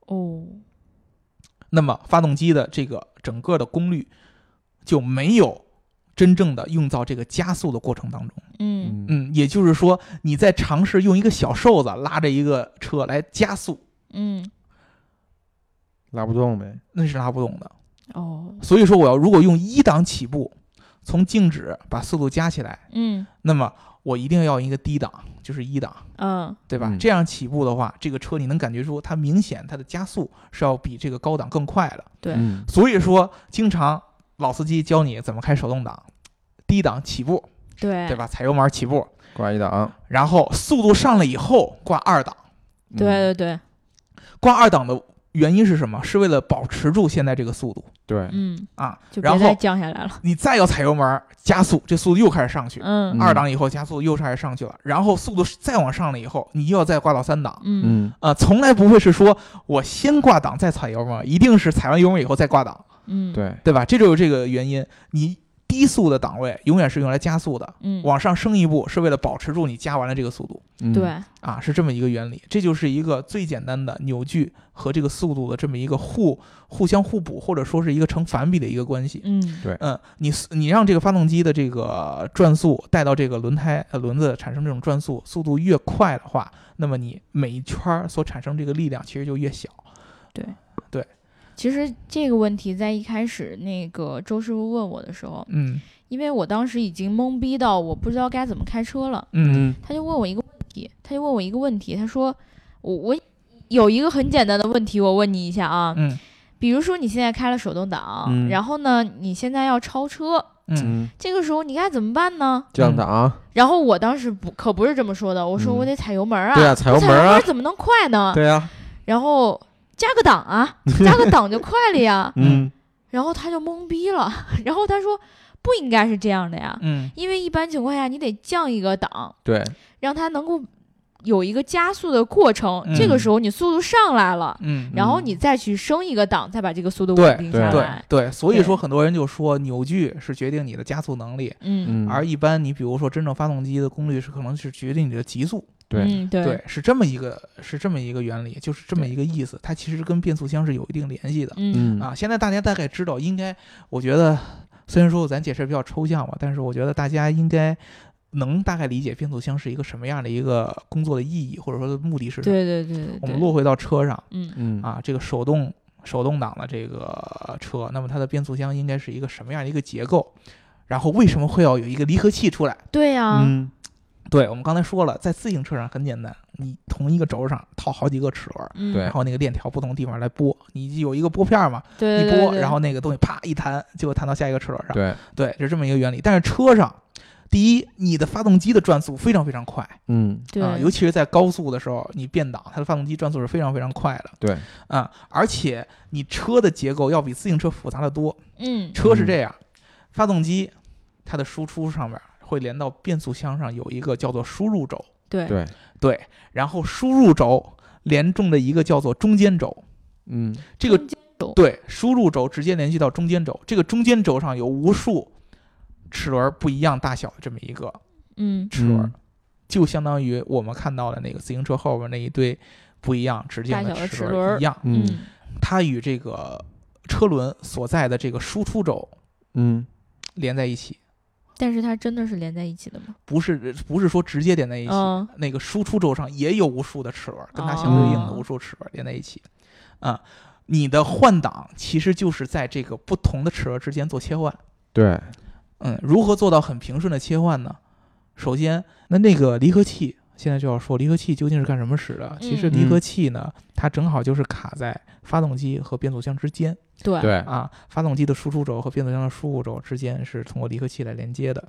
[SPEAKER 1] 哦，
[SPEAKER 2] 那么发动机的这个整个的功率就没有真正的用到这个加速的过程当中。
[SPEAKER 1] 嗯
[SPEAKER 3] 嗯
[SPEAKER 2] 嗯，也就是说，你在尝试用一个小瘦子拉着一个车来加速，
[SPEAKER 1] 嗯
[SPEAKER 3] 拉不动呗，
[SPEAKER 2] 那是拉不动的。
[SPEAKER 1] 哦，
[SPEAKER 2] 所以说，我要如果用一档起步，从静止把速度加起来，
[SPEAKER 1] 嗯
[SPEAKER 2] 那么我一定要一个低档，就是一档，
[SPEAKER 1] 嗯
[SPEAKER 2] 对吧？
[SPEAKER 3] 嗯
[SPEAKER 2] 这样起步的话，这个车你能感觉出它明显它的加速是要比这个高档更快的。
[SPEAKER 1] 对
[SPEAKER 3] 嗯
[SPEAKER 2] 所以说，经常老司机教你怎么开手动挡，低档起步，
[SPEAKER 1] 对
[SPEAKER 2] 对吧？踩油门起步，
[SPEAKER 3] 挂一档，
[SPEAKER 2] 然后速度上来以后挂二档。
[SPEAKER 3] 嗯
[SPEAKER 1] 对对对，
[SPEAKER 2] 挂二档的原因是什么？是为了保持住现在这个速度
[SPEAKER 3] 对，
[SPEAKER 1] 嗯，
[SPEAKER 2] 啊。
[SPEAKER 1] 就别
[SPEAKER 2] 然
[SPEAKER 1] 再
[SPEAKER 2] 后
[SPEAKER 1] 降下来了，
[SPEAKER 2] 你再要踩油门儿加速，这速度又开始上去。
[SPEAKER 1] 嗯
[SPEAKER 3] 嗯
[SPEAKER 2] 二档以后加速又开始上去了，然后速度再往上了以后，你又要再挂到三档。
[SPEAKER 1] 嗯
[SPEAKER 3] 嗯
[SPEAKER 2] 啊，从来不会是说我先挂档再踩油门，一定是踩完油门以后再挂档，
[SPEAKER 1] 嗯
[SPEAKER 3] 对，
[SPEAKER 2] 对吧？这就是这个原因。你低速的档位永远是用来加速的，
[SPEAKER 1] 嗯
[SPEAKER 2] 往上升一步是为了保持住你加完了这个速度。
[SPEAKER 3] 嗯，
[SPEAKER 1] 对
[SPEAKER 2] 啊，是这么一个原理，这就是一个最简单的扭矩和这个速度的这么一个互互相互补，或者说是一个成反比的一个关系。
[SPEAKER 1] 嗯
[SPEAKER 2] 嗯，你速你让这个发动机的这个转速带到这个轮胎呃轮子产生这种转速，速度越快的话，那么你每一圈儿所产生这个力量其实就越小。
[SPEAKER 1] 其实这个问题在一开始那个周师傅问我的时候，
[SPEAKER 2] 嗯
[SPEAKER 1] 因为我当时已经懵逼到我不知道该怎么开车了，
[SPEAKER 2] 嗯
[SPEAKER 1] 他就问我一个问题，他就问我一个问题，他说我我有一个很简单的问题，我问你一下啊，
[SPEAKER 2] 嗯
[SPEAKER 1] 比如说你现在开了手动挡，
[SPEAKER 3] 嗯
[SPEAKER 1] 然后呢你现在要超车，
[SPEAKER 2] 嗯
[SPEAKER 3] 嗯，
[SPEAKER 1] 这个时候你该怎么办呢？
[SPEAKER 3] 降档，
[SPEAKER 1] 然后我当时不可不是这么说的，我说
[SPEAKER 3] 嗯
[SPEAKER 1] 我得踩油门啊，
[SPEAKER 3] 对啊，踩油
[SPEAKER 1] 踩
[SPEAKER 3] 门
[SPEAKER 1] 油门
[SPEAKER 3] 啊
[SPEAKER 1] 儿，怎么能快呢？
[SPEAKER 3] 对啊，
[SPEAKER 1] 然后加个档啊，加个档就快了呀。
[SPEAKER 3] [laughs] 嗯
[SPEAKER 1] 然后他就懵逼了，然后他说不应该是这样的呀，
[SPEAKER 2] 嗯
[SPEAKER 1] 因为一般情况下你得降一个档，
[SPEAKER 3] 对，
[SPEAKER 1] 让它能够有一个加速的过程，
[SPEAKER 2] 嗯
[SPEAKER 1] 这个时候你速度上来了，
[SPEAKER 2] 嗯
[SPEAKER 1] 然后
[SPEAKER 3] 嗯
[SPEAKER 1] 你再去升一个档，再把这个速度
[SPEAKER 2] 对
[SPEAKER 1] 稳定下
[SPEAKER 3] 嗯
[SPEAKER 2] 对
[SPEAKER 1] 来。
[SPEAKER 2] 对，所以
[SPEAKER 1] 对
[SPEAKER 2] 说很多人就说扭矩是决定你的加速能力，
[SPEAKER 1] 嗯
[SPEAKER 3] 嗯，
[SPEAKER 2] 而一般你比如说真正发动机的功率是可能是决定你的极速。
[SPEAKER 3] 对，
[SPEAKER 1] 嗯，对，
[SPEAKER 2] 对，是这么一个是这么一个原理，就是这么一个意思。它其实跟变速箱是有一定联系的
[SPEAKER 1] 嗯
[SPEAKER 3] 嗯
[SPEAKER 2] 啊。现在大家大概知道，应该我觉得虽然说咱解释比较抽象吧，但是我觉得大家应该能大概理解变速箱是一个什么样的一个工作的意义，或者说目的是什么。
[SPEAKER 1] 对对对对
[SPEAKER 2] 我们
[SPEAKER 1] 对，
[SPEAKER 2] 落回到车上
[SPEAKER 1] 嗯
[SPEAKER 3] 嗯
[SPEAKER 2] 啊，这个手动手动挡的这个车，那么它的变速箱应该是一个什么样的一个结构？然后为什么会要有一个离合器出来？
[SPEAKER 1] 对呀，
[SPEAKER 3] 嗯
[SPEAKER 2] 对我们刚才说了，在自行车上很简单，你同一个轴上套好几个齿轮，
[SPEAKER 1] 嗯，
[SPEAKER 3] 对
[SPEAKER 2] 然后那个链条不同地方来拨，你有一个拨片儿嘛，
[SPEAKER 1] 对
[SPEAKER 2] 一
[SPEAKER 1] 对
[SPEAKER 2] 拨，
[SPEAKER 1] 对，
[SPEAKER 2] 然后那个东西啪一弹，结果弹到下一个齿轮上。
[SPEAKER 3] 对，
[SPEAKER 2] 对，是这么一个原理。但是车上，第一，你的发动机的转速非常非常快
[SPEAKER 3] 嗯
[SPEAKER 1] 对
[SPEAKER 2] 啊，尤其是在高速的时候，你变档，它的发动机转速是非常非常快的
[SPEAKER 3] 对，
[SPEAKER 2] 啊、而且你车的结构要比自行车复杂的多，
[SPEAKER 1] 嗯
[SPEAKER 2] 车是这样，发动机它的输出上面会连到变速箱上有一个叫做输入轴。
[SPEAKER 1] 对
[SPEAKER 3] 对，
[SPEAKER 2] 对，然后输入轴连中的一个叫做中间轴，
[SPEAKER 3] 嗯
[SPEAKER 2] 这个
[SPEAKER 1] 中间轴
[SPEAKER 2] 对输入轴直接联系到中间轴，这个中间轴上有无数齿轮不一样大小的这么一个
[SPEAKER 1] 嗯
[SPEAKER 2] 齿轮，
[SPEAKER 3] 嗯
[SPEAKER 2] 就相当于我们看到的那个自行车后边那一堆不一样直径
[SPEAKER 1] 大小的齿
[SPEAKER 2] 齿
[SPEAKER 1] 轮
[SPEAKER 2] 轮一样，
[SPEAKER 3] 嗯
[SPEAKER 1] 嗯
[SPEAKER 2] 它与这个车轮所在的这个输出轴
[SPEAKER 3] 嗯
[SPEAKER 2] 连在一起，
[SPEAKER 1] 但是它真的是连在一起的吗？
[SPEAKER 2] 不是不是说直接连在一起，
[SPEAKER 1] 嗯
[SPEAKER 2] 那个输出轴上也有无数的齿轮，跟它相对应的无数齿轮连在一起，啊、你的换挡其实就是在这个不同的齿轮之间做切换。
[SPEAKER 3] 对，
[SPEAKER 2] 嗯，如何做到很平顺的切换呢？首先，那那个离合器，现在就要说离合器究竟是干什么使的？其实离合器呢，它正好就是卡在发动机和变速箱之间
[SPEAKER 1] 对
[SPEAKER 3] 对，
[SPEAKER 2] 啊，发动机的输出轴和变速箱的输入轴之间是通过离合器来连接的。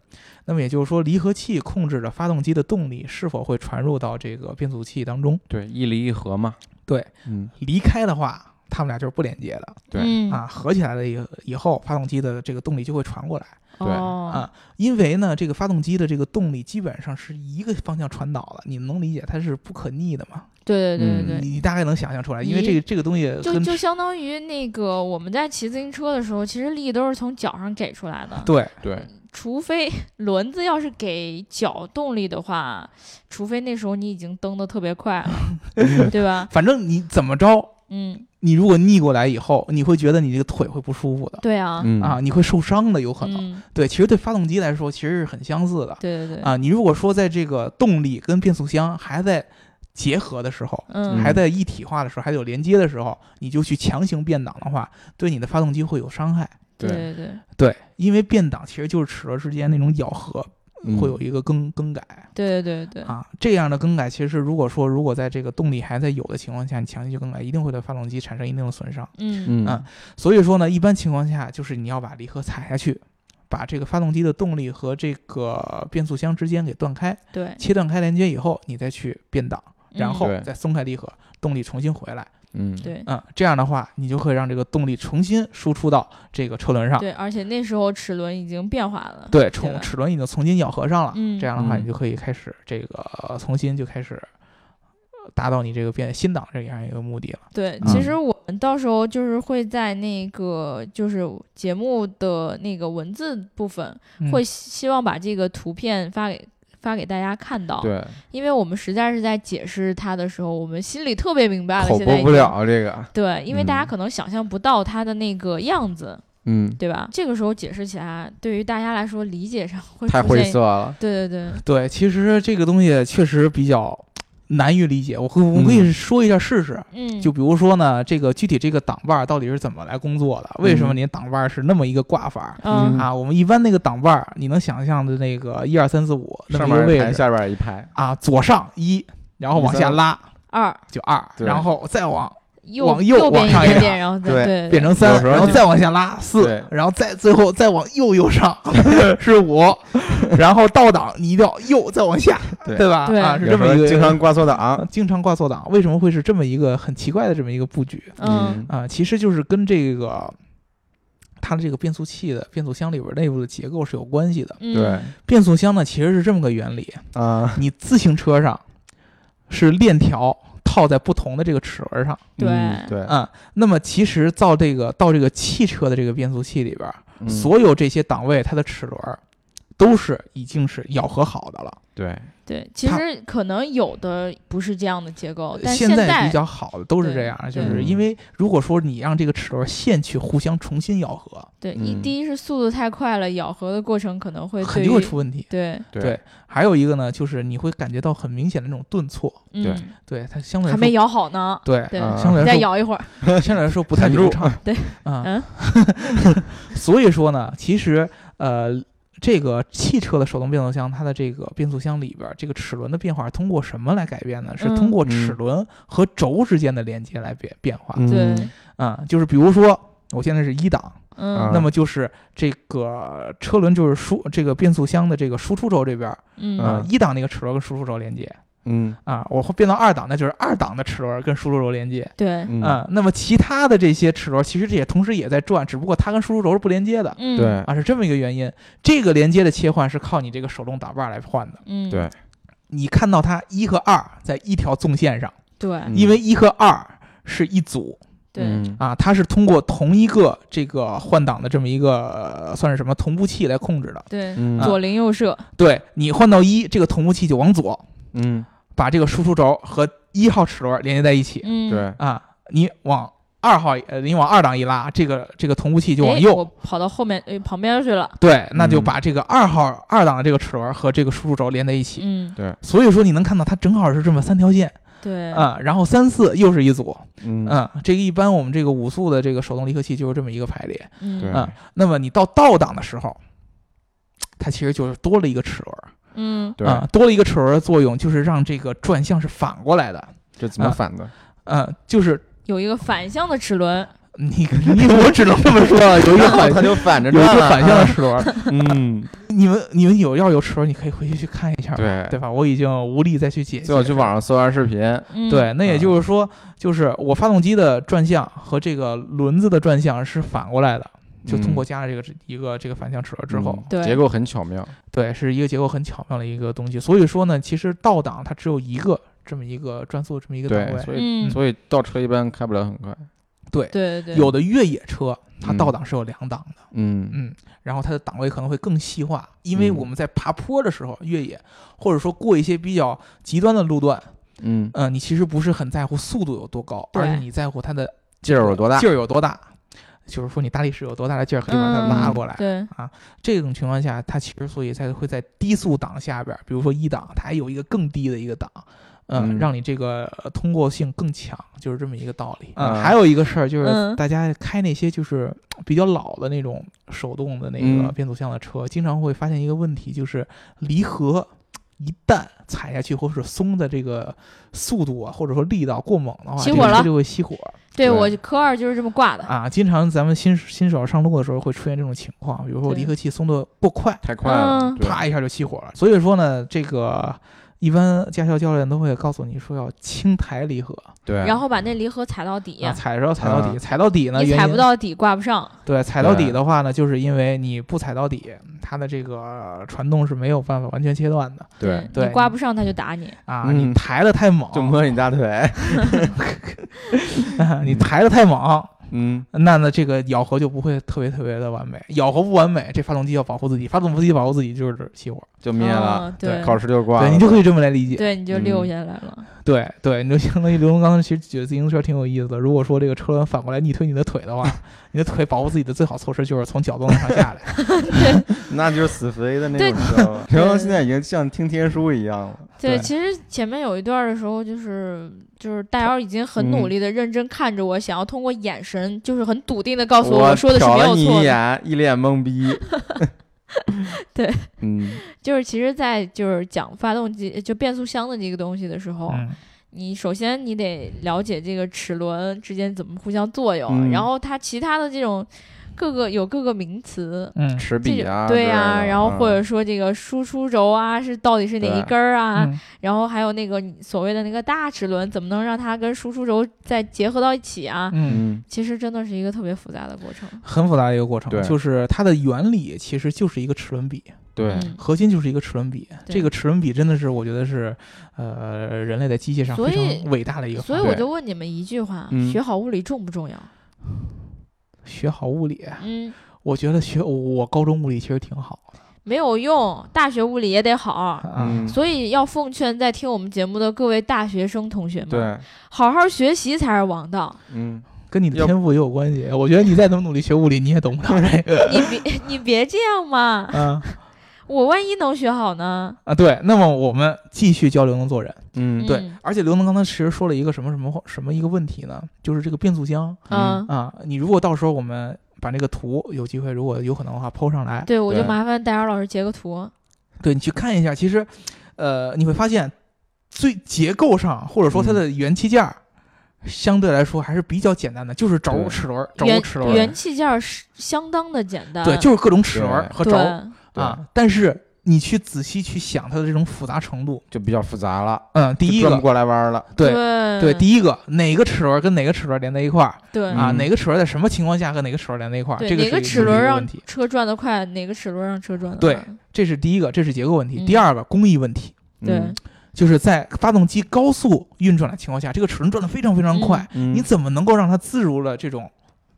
[SPEAKER 2] 那么也就是说，离合器控制着发动机的动力是否会传入到这个变速器当中。
[SPEAKER 3] 对，一离一合嘛，
[SPEAKER 2] 对，
[SPEAKER 3] 嗯，
[SPEAKER 2] 离开的话，它们俩就是不连接的
[SPEAKER 3] 对
[SPEAKER 1] 嗯
[SPEAKER 2] 啊。合起来了以以后，发动机的这个动力就会传过来。
[SPEAKER 3] 对
[SPEAKER 1] 哦
[SPEAKER 2] 啊，因为呢，这个发动机的这个动力基本上是一个方向传导的，你能理解它是不可逆的嘛？
[SPEAKER 1] 对对对对对。
[SPEAKER 3] 嗯
[SPEAKER 2] 你大概能想象出来，因为
[SPEAKER 1] 你
[SPEAKER 2] 这个这个东西
[SPEAKER 1] 就
[SPEAKER 2] 跟
[SPEAKER 1] 就相当于那个我们在骑自行车的时候，其实力都是从脚上给出来的，
[SPEAKER 2] 对
[SPEAKER 3] 对，
[SPEAKER 1] [laughs] 除非轮子要是给脚动力的话，除非那时候你已经蹬得特别快了，对吧？
[SPEAKER 2] 反正你怎么着，
[SPEAKER 1] 嗯，
[SPEAKER 2] 你如果逆过来以后，你会觉得你这个腿会不舒服的。
[SPEAKER 1] 对啊，
[SPEAKER 3] 嗯
[SPEAKER 2] 啊，，你会受伤的，有可能。
[SPEAKER 1] 嗯，
[SPEAKER 2] 对，其实对发动机来说，其实是很相似的。
[SPEAKER 1] 对对对，
[SPEAKER 2] 啊，你如果说在这个动力跟变速箱还在结合的时候，
[SPEAKER 1] 嗯，
[SPEAKER 2] 还在一体化的时候，还有连接的时候，你就去强行变档的话，对你的发动机会有伤害。
[SPEAKER 1] 对
[SPEAKER 3] 对，
[SPEAKER 1] 对对
[SPEAKER 2] 对，因为变档其实就是齿轮之间那种咬合
[SPEAKER 3] 嗯
[SPEAKER 2] 会有一个更更改
[SPEAKER 1] 对对对，
[SPEAKER 2] 啊，这样的更改其实如果说如果在这个动力还在有的情况下，你强行去更改，一定会对发动机产生一定的损伤。
[SPEAKER 1] 嗯
[SPEAKER 3] 嗯
[SPEAKER 2] 啊所以说呢，一般情况下就是你要把离合踩下去， [laughs] 把这个发动机的动力和这个变速箱之间给断开，
[SPEAKER 1] 对，
[SPEAKER 2] 切断开连接以后，你再去变档，然后
[SPEAKER 1] 哎嗯哎
[SPEAKER 3] 对
[SPEAKER 2] 再松开离合，动力重新回来。
[SPEAKER 3] 嗯
[SPEAKER 1] 对
[SPEAKER 2] 嗯，这样的话，你就会让这个动力重新输出到这个车轮上。
[SPEAKER 1] 对，而且那时候齿轮已经变化了，
[SPEAKER 2] 对，
[SPEAKER 1] 吧
[SPEAKER 2] 重齿轮已经重新咬合上了，
[SPEAKER 1] 嗯
[SPEAKER 2] 这样的话
[SPEAKER 3] 嗯
[SPEAKER 2] 你就可以开始这个、呃重新就开始呃达到你这个变新档这样一个目的了。
[SPEAKER 1] 对，
[SPEAKER 3] 嗯
[SPEAKER 1] 其实我们到时候就是会在那个就是节目的那个文字部分，
[SPEAKER 2] 嗯
[SPEAKER 1] 会希希望把这个图片发给发给大家看到，
[SPEAKER 3] 对，
[SPEAKER 1] 因为我们实在是在解释它的时候，我们心里特别明白了，
[SPEAKER 3] 口
[SPEAKER 1] 现在
[SPEAKER 3] 播
[SPEAKER 1] 已
[SPEAKER 3] 不
[SPEAKER 1] 经。
[SPEAKER 3] 了这个，
[SPEAKER 1] 对，因为大家
[SPEAKER 3] 嗯
[SPEAKER 1] 可能想象不到它的那个样子，
[SPEAKER 3] 嗯，
[SPEAKER 1] 对吧？这个时候解释起来，对于大家来说理解上会
[SPEAKER 3] 太
[SPEAKER 1] 出
[SPEAKER 3] 晦
[SPEAKER 1] 现。
[SPEAKER 3] 涩了，
[SPEAKER 1] 对对对，
[SPEAKER 2] 对，其实这个东西确实比较难于理解，我可我可以说一下试试。
[SPEAKER 1] 嗯，
[SPEAKER 2] 就比如说呢，这个具体这个挡把儿到底是怎么来工作的？为什么
[SPEAKER 3] 嗯
[SPEAKER 2] 您挡把儿是那么一个挂法？
[SPEAKER 1] 嗯
[SPEAKER 3] 嗯
[SPEAKER 2] 啊，我们一般那个挡把儿，你能想象的那个一二三四五那
[SPEAKER 3] 上
[SPEAKER 2] 么一个
[SPEAKER 3] 面一
[SPEAKER 2] 位
[SPEAKER 3] 排，
[SPEAKER 2] 置
[SPEAKER 3] 下边一排，
[SPEAKER 2] 啊，左上一，然后往
[SPEAKER 3] 一
[SPEAKER 2] 下
[SPEAKER 3] 三
[SPEAKER 2] 拉
[SPEAKER 1] 二
[SPEAKER 2] 就二，
[SPEAKER 3] 对
[SPEAKER 2] 然后再往
[SPEAKER 1] 右
[SPEAKER 2] 往右
[SPEAKER 1] 右边
[SPEAKER 2] 往
[SPEAKER 1] 一
[SPEAKER 2] 上一
[SPEAKER 1] 点
[SPEAKER 2] 点
[SPEAKER 1] 点，然后再
[SPEAKER 3] 对
[SPEAKER 1] 对
[SPEAKER 2] 变成
[SPEAKER 3] 有
[SPEAKER 2] 三，
[SPEAKER 3] 时候
[SPEAKER 2] 然后
[SPEAKER 3] 就
[SPEAKER 2] 再往下拉四
[SPEAKER 3] 对，
[SPEAKER 2] 然后再最后再往右右
[SPEAKER 3] [laughs]
[SPEAKER 2] 上是五，然后倒档你一定要右再往下，
[SPEAKER 3] 对
[SPEAKER 2] 对吧？
[SPEAKER 1] 对
[SPEAKER 2] 啊，是
[SPEAKER 3] 有
[SPEAKER 2] 这
[SPEAKER 3] 时
[SPEAKER 2] 么一
[SPEAKER 3] 候
[SPEAKER 2] 个
[SPEAKER 3] 经常挂错档，
[SPEAKER 2] 经常挂错档，为什么会是这么一个很奇怪的这么一个布局
[SPEAKER 1] 嗯
[SPEAKER 2] 啊？其实就是跟这个。它的这个变速器的变速箱里边内部的结构是有关系的。
[SPEAKER 1] 嗯
[SPEAKER 3] 对
[SPEAKER 2] 变速箱呢，其实是这么个原理：
[SPEAKER 3] 啊，
[SPEAKER 2] 你自行车上是链条套在不同的这个齿轮上，
[SPEAKER 1] 对啊
[SPEAKER 3] 嗯对，
[SPEAKER 2] 嗯，那么其实到这个到这个汽车的这个变速器里边儿，
[SPEAKER 3] 嗯
[SPEAKER 2] 所有这些档位它的齿轮儿都是已经是咬合好的了。
[SPEAKER 3] 对，
[SPEAKER 1] 对，其
[SPEAKER 2] 它
[SPEAKER 1] 实可能有的不是这样的结构，但
[SPEAKER 2] 现
[SPEAKER 1] 现
[SPEAKER 2] 比较好的都是这
[SPEAKER 1] 对
[SPEAKER 2] 样，就
[SPEAKER 1] 对
[SPEAKER 2] 是因为如果说你让这个齿轮线去互相重新咬合，
[SPEAKER 1] 对一
[SPEAKER 3] 嗯
[SPEAKER 1] 第一是速度太快了，咬合的过程可能会
[SPEAKER 2] 肯
[SPEAKER 1] 对
[SPEAKER 2] 定会
[SPEAKER 1] 于
[SPEAKER 2] 出问题。
[SPEAKER 1] 对
[SPEAKER 2] 对，还有一个呢，就是你会感觉到很明显的那种顿挫，
[SPEAKER 3] 对
[SPEAKER 1] 嗯
[SPEAKER 2] 对它相对
[SPEAKER 1] 还
[SPEAKER 2] 来
[SPEAKER 1] 没
[SPEAKER 2] 说
[SPEAKER 1] 咬好呢，
[SPEAKER 2] 对
[SPEAKER 3] 啊
[SPEAKER 1] 对
[SPEAKER 2] 相对
[SPEAKER 1] 你再
[SPEAKER 2] 来说
[SPEAKER 1] 咬一会儿，
[SPEAKER 2] 相对来说不太
[SPEAKER 3] 忍
[SPEAKER 2] 流
[SPEAKER 3] 住 [laughs]
[SPEAKER 2] 畅。
[SPEAKER 1] 对，
[SPEAKER 2] 啊、
[SPEAKER 1] 嗯
[SPEAKER 2] [laughs] 所以说呢，其实呃，这个汽车的手动变速箱，它的这个变速箱里边儿这个齿轮的变化是通过什么来改变呢？是通
[SPEAKER 1] 嗯
[SPEAKER 2] 过齿
[SPEAKER 3] 嗯
[SPEAKER 2] 轮和轴之间的连接来变变化。
[SPEAKER 3] 嗯
[SPEAKER 1] 对，
[SPEAKER 2] 啊、就是比如说我现在是一档，
[SPEAKER 1] 嗯
[SPEAKER 3] 啊
[SPEAKER 2] 那么就是这个车轮就是输这个变速箱的这个输出轴这边儿啊、
[SPEAKER 1] 嗯
[SPEAKER 3] 啊
[SPEAKER 2] 一档那个齿轮跟输出轴连接
[SPEAKER 3] 嗯
[SPEAKER 2] 啊、我会变到二档，那就是二档的齿轮跟输出轴连接
[SPEAKER 1] 对，
[SPEAKER 3] 嗯
[SPEAKER 2] 啊、那么其他的这些齿轮其实也同时也在转，只不过它跟输出轴是不连接的。
[SPEAKER 1] 嗯
[SPEAKER 3] 对
[SPEAKER 2] 啊，是这么一个原因。这个连接的切换是靠你这个手动挡把儿来换的。
[SPEAKER 1] 嗯
[SPEAKER 3] 对
[SPEAKER 2] 你看到它一和二在一条纵线上，
[SPEAKER 1] 对
[SPEAKER 3] 嗯
[SPEAKER 2] 因为一和二是一组
[SPEAKER 1] 对
[SPEAKER 3] 嗯
[SPEAKER 2] 啊，它是通过同一个这个换挡的这么一个、呃算是什么同步器来控制的。
[SPEAKER 1] 对，
[SPEAKER 3] 嗯
[SPEAKER 1] 左邻右舍，
[SPEAKER 2] 对你换到一，这个同步器就往左，
[SPEAKER 3] 嗯
[SPEAKER 2] 把这个输出轴和一号齿轮连接在一起
[SPEAKER 1] 嗯，
[SPEAKER 3] 对
[SPEAKER 2] 啊。你往二号，呃，你往二档一拉，这个这个同步器就往
[SPEAKER 1] 哎
[SPEAKER 2] 右。
[SPEAKER 1] 我跑到后面哎旁边去了，
[SPEAKER 2] 对，那就
[SPEAKER 3] 嗯
[SPEAKER 2] 把这个二号二档的这个齿轮和这个输出轴连在一起，
[SPEAKER 1] 嗯，
[SPEAKER 2] 所以说你能看到它正好是这么三条线
[SPEAKER 1] 对，
[SPEAKER 2] 啊、然后三四又是一组，
[SPEAKER 3] 嗯
[SPEAKER 2] 嗯，这个一般我们这个五速的这个手动离合器就是这么一个排列，
[SPEAKER 1] 嗯
[SPEAKER 3] 对
[SPEAKER 2] 嗯，那么你到倒档的时候，它其实就是多了一个齿轮儿，
[SPEAKER 1] 嗯
[SPEAKER 3] 对，
[SPEAKER 2] 啊、多了一个齿轮儿的作用就是让这个转向是反过来的，
[SPEAKER 3] 这怎么
[SPEAKER 2] 啊 [laughs]
[SPEAKER 3] 反的？
[SPEAKER 2] 嗯，就是
[SPEAKER 1] 有一个反向的齿轮，
[SPEAKER 3] [laughs]
[SPEAKER 2] 你你我只能这 [laughs] 么说啊了，有一个反
[SPEAKER 3] 他就反着
[SPEAKER 2] 有一
[SPEAKER 3] 转
[SPEAKER 2] 个
[SPEAKER 3] 了啊
[SPEAKER 2] 反向的齿
[SPEAKER 3] [laughs]
[SPEAKER 2] 轮儿，
[SPEAKER 3] 嗯，
[SPEAKER 2] 你们你们有要有齿轮儿，你可以回去去看一下，
[SPEAKER 3] 对
[SPEAKER 2] 对吧？我已经无力再去解释，
[SPEAKER 3] 最好去网上搜下视频。
[SPEAKER 1] 嗯，
[SPEAKER 2] 对，那也
[SPEAKER 3] 嗯
[SPEAKER 2] 就是说，就是我发动机的转向和这个轮子的转向是反过来的，就通过加了这个一个这个反向齿轮之后，
[SPEAKER 3] 嗯
[SPEAKER 1] 对
[SPEAKER 3] 结构很巧妙。
[SPEAKER 2] 对，是一个结构很巧妙的一个东西。所以说呢，其实倒档它只有一个这么一个转速这么一个
[SPEAKER 3] 对
[SPEAKER 2] 档，位，
[SPEAKER 3] 所以
[SPEAKER 1] 嗯，
[SPEAKER 3] 所以倒车一般开不了很快。
[SPEAKER 2] 对。
[SPEAKER 1] 对对，
[SPEAKER 2] 有的越野车，它
[SPEAKER 3] 嗯
[SPEAKER 2] 倒档是有两档的，
[SPEAKER 3] 嗯
[SPEAKER 2] 嗯，然后它的档位可能会更细化，因为
[SPEAKER 3] 嗯
[SPEAKER 2] 我们在爬坡的时候，越野或者说过一些比较极端的路段，
[SPEAKER 3] 嗯，
[SPEAKER 2] 呃，你其实不是很在乎速度有多高，而是
[SPEAKER 1] 对
[SPEAKER 2] 你在乎它的
[SPEAKER 3] 劲儿有多大？
[SPEAKER 2] 劲儿有多大，就是说你大力士有多大的劲儿可以把它拉
[SPEAKER 1] 嗯
[SPEAKER 2] 过来。
[SPEAKER 1] 对，
[SPEAKER 2] 这种情况下，它其实所以才会在低速档下边儿，比如说一档，它还有一个更低的一个档。嗯，
[SPEAKER 3] 嗯
[SPEAKER 2] 让你这个呃通过性更强，就是这么一个道理。
[SPEAKER 3] 嗯
[SPEAKER 2] 还有一个事儿就是，
[SPEAKER 1] 嗯
[SPEAKER 2] 大家开那些就是比较老的那种手动的那个
[SPEAKER 3] 嗯
[SPEAKER 2] 变速箱的车，经常会发现一个问题，就是离合一旦踩下去或者松的这个速度啊，或者说力道过猛的话，
[SPEAKER 1] 熄
[SPEAKER 2] 这
[SPEAKER 1] 火
[SPEAKER 2] 个车
[SPEAKER 1] 了
[SPEAKER 2] 就会熄火。
[SPEAKER 1] 对
[SPEAKER 3] 对
[SPEAKER 1] 我科二就是这么挂的，
[SPEAKER 2] 啊，经常咱们新新手上路的时候会出现这种情况，比如说
[SPEAKER 1] 对
[SPEAKER 2] 离合器松的过快，
[SPEAKER 3] 太快了
[SPEAKER 1] 嗯，
[SPEAKER 3] 对
[SPEAKER 2] 啪一下就熄火了。所以说呢，这个一般驾校教练都会告诉你说要轻抬离合，
[SPEAKER 3] 对，
[SPEAKER 1] 然后把那离合踩到底，
[SPEAKER 2] 啊，踩着踩到底，踩到底呢，
[SPEAKER 1] 你
[SPEAKER 2] 原
[SPEAKER 1] 踩
[SPEAKER 2] 因
[SPEAKER 1] 不到底挂不上，
[SPEAKER 2] 对，踩到底
[SPEAKER 3] 对
[SPEAKER 2] 的话呢，就是因为你不踩到底，它的这个传动是没有办法完全切断的
[SPEAKER 3] 对，
[SPEAKER 2] 对
[SPEAKER 1] 你挂不上他就打你，
[SPEAKER 2] 啊。
[SPEAKER 3] 嗯
[SPEAKER 2] 你抬的太猛，
[SPEAKER 3] 就摸你大腿。
[SPEAKER 2] [laughs] 你抬的太猛。
[SPEAKER 3] 嗯，
[SPEAKER 2] 那呢，这个咬合就不会特别特别的完美，咬合不完美，这发动机要保护自己，发动机保护自己就是熄火。
[SPEAKER 3] 就灭了
[SPEAKER 1] 嗯，对
[SPEAKER 3] 考试就挂了。
[SPEAKER 2] 对你就可以这么来理解。
[SPEAKER 1] 对，你就溜
[SPEAKER 3] 嗯
[SPEAKER 1] 下来了，
[SPEAKER 2] 对对，你就相当于刘龙刚才其实觉得自行车挺有意思的。如果说这个车轮反过来逆推你的腿的话，你的腿保护自己的最好措施就是从脚蹬子上下来。
[SPEAKER 3] 那就是死飞的那
[SPEAKER 1] 对
[SPEAKER 3] 种车了。然后现在已经像听天书一样了。
[SPEAKER 2] 对
[SPEAKER 1] 其实前面有一段的时候，就是就是大姚已经很努
[SPEAKER 3] 嗯
[SPEAKER 1] 力的认真看着我，想要通过眼神，就是很笃定的告诉我
[SPEAKER 3] 我
[SPEAKER 1] 说的是
[SPEAKER 3] 瞟
[SPEAKER 1] 没
[SPEAKER 3] 了
[SPEAKER 1] 有
[SPEAKER 3] 你
[SPEAKER 1] 错
[SPEAKER 3] 一
[SPEAKER 1] 的，。
[SPEAKER 3] 眼，一脸懵逼
[SPEAKER 1] [laughs] 对，
[SPEAKER 3] [laughs] 嗯，
[SPEAKER 1] 就是其实，在就是讲发动机就变速箱的这个东西的时候，
[SPEAKER 2] 嗯，
[SPEAKER 1] 你首先你得了解这个齿轮之间怎么互相作用，
[SPEAKER 3] 嗯
[SPEAKER 1] 然后它其他的这种各个有各个名词。
[SPEAKER 2] 嗯
[SPEAKER 1] 这
[SPEAKER 3] 持笔
[SPEAKER 1] 个
[SPEAKER 3] 啊，
[SPEAKER 1] 对
[SPEAKER 3] 呀、
[SPEAKER 1] 呀、然后或者
[SPEAKER 3] 嗯
[SPEAKER 1] 说这个输出轴啊，是到底是哪一
[SPEAKER 3] 对
[SPEAKER 1] 根儿啊？
[SPEAKER 2] 嗯
[SPEAKER 1] 然后还有那个你所谓的那个大齿轮，怎么能让它跟输出轴再结合到一起啊？
[SPEAKER 2] 嗯，
[SPEAKER 3] 嗯，
[SPEAKER 1] 其实真的是一个特别复杂的过程。
[SPEAKER 2] 很复杂的一个过程，
[SPEAKER 3] 对
[SPEAKER 2] 就是它的原理其实就是一个齿轮比，
[SPEAKER 3] 对，
[SPEAKER 1] 嗯
[SPEAKER 2] 核心就是一个齿轮比。这
[SPEAKER 1] 对
[SPEAKER 2] 个齿轮比真的是我觉得是，呃，人类在机械上
[SPEAKER 1] 所
[SPEAKER 2] 非
[SPEAKER 1] 以
[SPEAKER 2] 常伟大的一个
[SPEAKER 1] 所
[SPEAKER 2] 发
[SPEAKER 1] 以
[SPEAKER 2] 明。
[SPEAKER 1] 我就问你们一句话：
[SPEAKER 3] 嗯
[SPEAKER 1] 学好物理重不重要？
[SPEAKER 2] 学好物理，
[SPEAKER 1] 嗯，
[SPEAKER 2] 我觉得学我高中物理其实挺好的。
[SPEAKER 1] 没有用，大学物理也得好。
[SPEAKER 2] 啊，
[SPEAKER 3] 嗯，
[SPEAKER 1] 所以要奉劝在听我们节目的各位大学生同学们，
[SPEAKER 3] 对，
[SPEAKER 1] 好好学习才是王道。
[SPEAKER 3] 嗯，
[SPEAKER 2] 跟你的
[SPEAKER 3] 要
[SPEAKER 2] 天赋也有关系。我觉得你再怎么努力学物理，你也懂不了这
[SPEAKER 3] [laughs]
[SPEAKER 2] 个。
[SPEAKER 1] 你
[SPEAKER 2] [laughs]
[SPEAKER 1] 别你别这样嘛，
[SPEAKER 2] 嗯
[SPEAKER 1] 我万一能学好呢？
[SPEAKER 2] 啊，对。那么我们继续教刘能做人。
[SPEAKER 3] 嗯，
[SPEAKER 2] 对
[SPEAKER 1] 嗯，
[SPEAKER 2] 而且刘能刚才其实说了一个什么什么什么一个问题呢？就是这个变速箱
[SPEAKER 1] 嗯，
[SPEAKER 2] 啊，你如果到时候我们把那个图有机会，如果有可能的话抛上来，
[SPEAKER 1] 对，我就
[SPEAKER 3] 对
[SPEAKER 1] 麻烦戴尔老师截个图。
[SPEAKER 2] 对你去看一下，其实，呃，你会发现最结构上或者说它的
[SPEAKER 3] 嗯
[SPEAKER 2] 元器件儿相对来说还是比较简单的，就是轴
[SPEAKER 3] 对
[SPEAKER 2] 齿轮儿、轴
[SPEAKER 1] 元
[SPEAKER 2] 齿轮儿，
[SPEAKER 1] 元器件是相当的简单，
[SPEAKER 2] 对，就是各种齿轮儿和
[SPEAKER 1] 对
[SPEAKER 2] 轴啊。但是你去仔细去想它的这种复杂程度，
[SPEAKER 3] 就比较复杂了，
[SPEAKER 2] 嗯，第
[SPEAKER 3] 就
[SPEAKER 2] 一
[SPEAKER 3] 转不
[SPEAKER 2] 个，
[SPEAKER 3] 过来弯儿了，
[SPEAKER 2] 对
[SPEAKER 1] 对
[SPEAKER 2] 对，第一个哪个齿轮儿跟哪个齿轮儿连在一块儿？
[SPEAKER 1] 对
[SPEAKER 2] 啊，
[SPEAKER 3] 嗯
[SPEAKER 2] 哪个齿轮在什么情况下和哪个齿轮连在一块儿，
[SPEAKER 1] 对
[SPEAKER 2] 这个
[SPEAKER 1] 哪啊个
[SPEAKER 2] 是
[SPEAKER 1] 齿轮
[SPEAKER 2] 是一个
[SPEAKER 1] 让
[SPEAKER 2] 问题，
[SPEAKER 1] 车转得快，哪个齿轮让车转得
[SPEAKER 2] 对
[SPEAKER 1] 慢
[SPEAKER 2] 这是第一个，这是结构问题。第
[SPEAKER 1] 嗯
[SPEAKER 2] 二个工艺问题，嗯
[SPEAKER 3] 嗯
[SPEAKER 1] 对，
[SPEAKER 2] 就是在发动机高速运转的情况下，这个齿轮转得非常非常快，
[SPEAKER 3] 嗯，
[SPEAKER 2] 你怎么能够让它自如了这种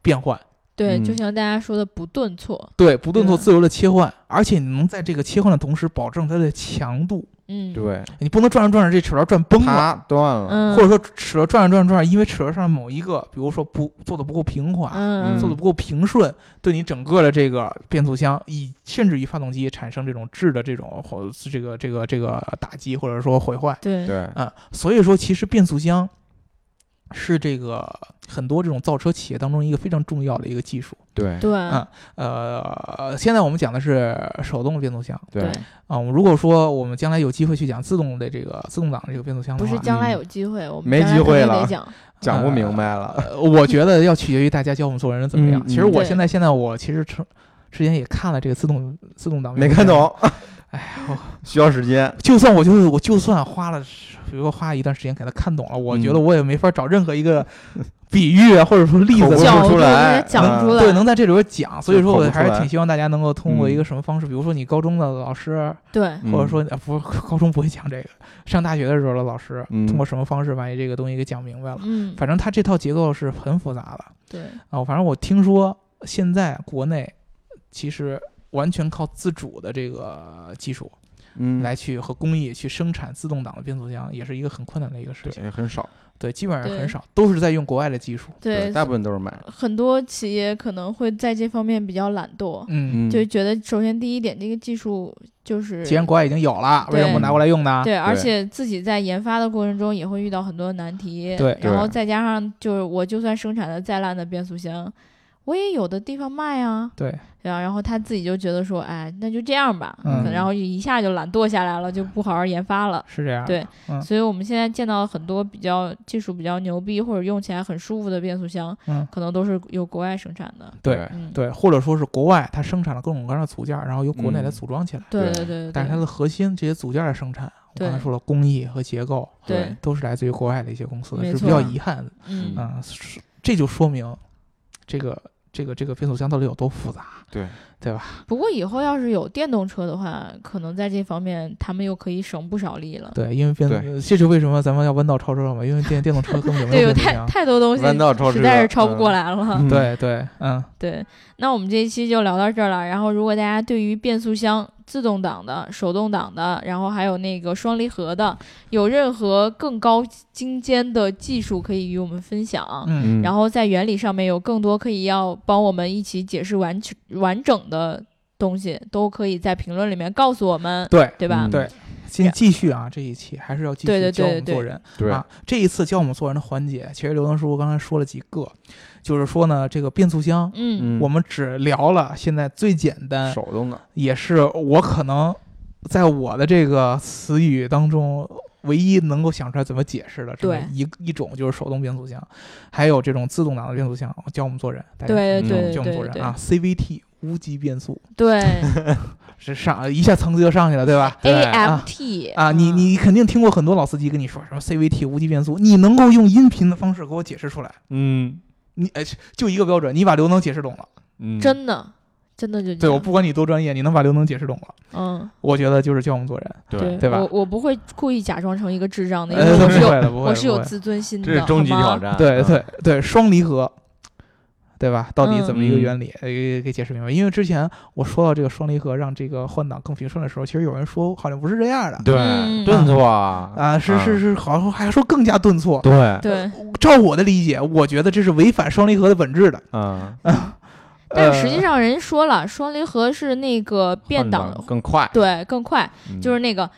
[SPEAKER 2] 变换？
[SPEAKER 1] 对，
[SPEAKER 3] 嗯
[SPEAKER 1] 就像大家说的不顿挫，
[SPEAKER 2] 对，不顿挫
[SPEAKER 1] 对啊
[SPEAKER 2] 自由的切换，而且你能在这个切换的同时保证它的强度，
[SPEAKER 1] 嗯，
[SPEAKER 3] 对，
[SPEAKER 2] 你不能转着转着这齿轮转崩了。
[SPEAKER 3] 它断了，
[SPEAKER 1] 嗯，
[SPEAKER 2] 或者说齿轮转着转着转着，因为齿轮上某一个，比如说不做的不够平滑，
[SPEAKER 1] 嗯
[SPEAKER 2] 做的
[SPEAKER 1] 嗯
[SPEAKER 2] 啊不够平顺，对你整个的这个变速箱以甚至于发动机产生这种质的这种或这个这个这个打击或者说毁坏
[SPEAKER 1] 嗯对
[SPEAKER 3] 对，
[SPEAKER 2] 啊、所以说其实变速箱是这个很多这种造车企业当中一个非常重要的一个技术。
[SPEAKER 3] 对，
[SPEAKER 2] 啊
[SPEAKER 1] 对
[SPEAKER 2] 呃，现在我们讲的是手动的变速箱
[SPEAKER 3] 对，
[SPEAKER 2] 啊、我们如果说我们将来有机会去讲自动的这个自动挡的这个变速箱的
[SPEAKER 1] 不
[SPEAKER 2] 话
[SPEAKER 1] 是，将来有机会，我们
[SPEAKER 3] 没
[SPEAKER 1] 将来
[SPEAKER 3] 机会
[SPEAKER 1] 肯定得
[SPEAKER 2] [laughs]
[SPEAKER 3] 了
[SPEAKER 1] 讲，
[SPEAKER 3] 讲不明白了，
[SPEAKER 2] 呃，我觉得要取决于大家教我们做人怎么样。
[SPEAKER 3] 嗯
[SPEAKER 2] 其实我
[SPEAKER 1] 对
[SPEAKER 2] 现在现在我其实之之前也看了这个自动自动挡，
[SPEAKER 3] 没看懂， [laughs]
[SPEAKER 2] 哎，我
[SPEAKER 3] 需要时间，
[SPEAKER 2] 就算我就是我就算花了，比如说花一段时间给他看懂了，我
[SPEAKER 3] 嗯
[SPEAKER 2] 觉得我也没法找任何一个比喻啊，或者说例
[SPEAKER 3] 口
[SPEAKER 2] 子
[SPEAKER 3] 不
[SPEAKER 1] 角
[SPEAKER 2] 能，
[SPEAKER 1] 度
[SPEAKER 3] 出
[SPEAKER 1] 给
[SPEAKER 3] 来
[SPEAKER 1] 它讲
[SPEAKER 3] 嗯
[SPEAKER 1] 出来，
[SPEAKER 2] 对，能在这里边讲。所以说，
[SPEAKER 3] 口
[SPEAKER 2] 我
[SPEAKER 3] 不出
[SPEAKER 2] 还是
[SPEAKER 3] 来
[SPEAKER 2] 挺希望大家能够通过
[SPEAKER 3] 嗯
[SPEAKER 2] 一个什么方式，比如说你高中的老师，
[SPEAKER 1] 对
[SPEAKER 2] [laughs] 或者说呃不是高中不会讲这个，上大学的时候的老师，
[SPEAKER 3] 嗯
[SPEAKER 2] 通过什么方式把你这个东西给讲明白了。
[SPEAKER 1] 嗯，
[SPEAKER 2] 反正它这套结构是很复杂的。
[SPEAKER 1] 对，
[SPEAKER 2] 啊，反正我听说现在国内其实完全靠自主的这个技术
[SPEAKER 3] 嗯，
[SPEAKER 2] 来去和工艺去生产自动挡的变速箱，也是一个很困难的一个事情。
[SPEAKER 3] 对，很少，
[SPEAKER 2] 对，基本上
[SPEAKER 1] 对
[SPEAKER 2] 很少，都是在用国外的技术。
[SPEAKER 1] 对，
[SPEAKER 3] 大部分都是买，
[SPEAKER 1] 很多企业可能会在这方面比较懒惰，
[SPEAKER 2] 嗯，
[SPEAKER 3] 嗯，
[SPEAKER 1] 就觉得首先第一点，这个技术就是
[SPEAKER 2] 既然国外已经有了，为什么不
[SPEAKER 1] 对
[SPEAKER 2] 拿过来用呢？
[SPEAKER 1] 对，而
[SPEAKER 3] 对
[SPEAKER 1] 且自己在研发的过程中也会遇到很多难题，
[SPEAKER 2] 对
[SPEAKER 1] 然后
[SPEAKER 3] 对
[SPEAKER 1] 再加上就是我就算生产的再烂的变速箱，我也有的地方卖啊，
[SPEAKER 2] 对
[SPEAKER 1] 对啊，然后他自己就觉得说，哎，那就这样吧，
[SPEAKER 2] 嗯
[SPEAKER 1] 然后一下就懒惰下来了，就不好好研发了。
[SPEAKER 2] 是这样。
[SPEAKER 1] 对，
[SPEAKER 2] 嗯
[SPEAKER 1] 所以我们现在见到很多比较技术比较牛逼或者用起来很舒服的变速箱，
[SPEAKER 2] 嗯
[SPEAKER 1] 可能都是由国外生产的。
[SPEAKER 2] 对
[SPEAKER 3] 对
[SPEAKER 1] 嗯，
[SPEAKER 2] 对，或者说是国外它生产了各种各样的组件，然后由国内来
[SPEAKER 3] 嗯
[SPEAKER 2] 组装起来。
[SPEAKER 1] 对对
[SPEAKER 3] 对
[SPEAKER 1] 对，
[SPEAKER 2] 但是它
[SPEAKER 1] 对
[SPEAKER 2] 的核心这些组件的生产，我刚才
[SPEAKER 1] 对
[SPEAKER 2] 说了，工艺和结构
[SPEAKER 1] 对，
[SPEAKER 2] 都是来自于国外的一些公司的，
[SPEAKER 1] 没
[SPEAKER 2] 是比
[SPEAKER 1] 错
[SPEAKER 2] 较遗憾的。
[SPEAKER 1] 嗯
[SPEAKER 3] 嗯
[SPEAKER 2] 啊，是这就说明这个这个这个变速箱到底有多复杂，
[SPEAKER 3] 对，
[SPEAKER 2] 对吧？
[SPEAKER 1] 不过以后要是有电动车的话，可能在这方面他们又可以省不少力了。
[SPEAKER 2] 对，因为变
[SPEAKER 3] 对
[SPEAKER 2] 这是为什么咱们要弯道超车嘛，因为电电动
[SPEAKER 1] [laughs]
[SPEAKER 2] 车根本就没
[SPEAKER 1] 对，有
[SPEAKER 2] 有变速 [laughs]
[SPEAKER 1] 太
[SPEAKER 2] 箱。
[SPEAKER 1] 太多东西
[SPEAKER 3] 弯道超车
[SPEAKER 1] 实在是超不过来了。
[SPEAKER 2] [laughs]
[SPEAKER 3] 嗯
[SPEAKER 2] 对对，嗯，
[SPEAKER 1] 对，那我们这一期就聊到这儿了。然后，如果大家对于变速箱、自动挡的、手动挡的，然后还有那个双离合的，有任何更高精尖的技术可以与我们分享，
[SPEAKER 2] 嗯
[SPEAKER 1] 然后在原理上面有更多可以要帮我们一起解释完全完整的东西，都可以在评论里面告诉我们，
[SPEAKER 2] 对。
[SPEAKER 1] 对吧？
[SPEAKER 3] 嗯
[SPEAKER 2] 对，先继续啊，这一期还是要继
[SPEAKER 1] 对对
[SPEAKER 2] 续教我
[SPEAKER 1] 对
[SPEAKER 2] 们
[SPEAKER 1] 对
[SPEAKER 2] 做人
[SPEAKER 3] 对，
[SPEAKER 2] 啊。这一次教我们做人的环节，其实刘能叔叔刚才说了几个，就是说呢，这个变速箱，
[SPEAKER 1] 嗯，
[SPEAKER 3] 嗯
[SPEAKER 2] 我们只聊了现在最简单，
[SPEAKER 3] 手动的，
[SPEAKER 2] 也是我可能在我的这个词语当中唯一能够想出来怎么解释的，这么
[SPEAKER 1] 对
[SPEAKER 2] 一一种就是手动变速箱，还有这种自动挡的变速箱，教我们做人，大家
[SPEAKER 1] 对
[SPEAKER 2] 教
[SPEAKER 1] 对
[SPEAKER 2] 教我嗯们做
[SPEAKER 1] 对
[SPEAKER 2] 人
[SPEAKER 1] 对
[SPEAKER 2] 啊，CVT 无级变速，
[SPEAKER 1] 对
[SPEAKER 2] 这上一下层次就上去 [laughs] 了，对吧？
[SPEAKER 1] ，AMT
[SPEAKER 2] 啊，你你肯定听过很多老司机跟你说什么 CVT 无级变速，你能够用音频的方式给我解释出来，
[SPEAKER 3] 嗯
[SPEAKER 2] 你哎就一个标准，你把刘能解释懂了，
[SPEAKER 3] 嗯，
[SPEAKER 1] 真的真的就这
[SPEAKER 2] 对我
[SPEAKER 1] 样
[SPEAKER 2] 不管你多专业，你能把刘能解释懂了，
[SPEAKER 1] 嗯，
[SPEAKER 2] 我觉得就是教我们做人，
[SPEAKER 3] 对，
[SPEAKER 2] 对吧
[SPEAKER 1] 我我不会故意假装成一个智
[SPEAKER 2] [laughs]
[SPEAKER 1] 障的，因
[SPEAKER 2] 呃，
[SPEAKER 1] 为
[SPEAKER 2] 不
[SPEAKER 1] 我是有
[SPEAKER 2] 会的，不会，
[SPEAKER 1] 我是
[SPEAKER 2] 不
[SPEAKER 1] 有
[SPEAKER 2] 会
[SPEAKER 1] 自尊心的，
[SPEAKER 3] 这是终极
[SPEAKER 1] 好吗
[SPEAKER 3] 挑。战，
[SPEAKER 2] 对
[SPEAKER 3] 嗯
[SPEAKER 2] 对对，双离合，对吧？到底
[SPEAKER 1] 嗯
[SPEAKER 2] 怎么一个
[SPEAKER 3] 嗯
[SPEAKER 2] 原理？呃，给给解释明白。因为之前我说到这个双离合让这个换挡更平顺的时候，其实有人说好像不是这样的
[SPEAKER 3] 对
[SPEAKER 1] 嗯
[SPEAKER 3] 顿挫啊
[SPEAKER 2] 啊，是是
[SPEAKER 3] 是，
[SPEAKER 2] 是，好像还说更加顿挫。呃
[SPEAKER 1] 对，
[SPEAKER 3] 对，
[SPEAKER 2] 照我的理解，我觉得这是违反双离合的本质的。
[SPEAKER 3] 嗯，
[SPEAKER 1] 但是实际
[SPEAKER 2] 呃，
[SPEAKER 1] 上人家说了，双离合是那个变
[SPEAKER 3] 换
[SPEAKER 1] 档
[SPEAKER 3] 更快，
[SPEAKER 1] 对更快，
[SPEAKER 3] 嗯
[SPEAKER 1] 就是那个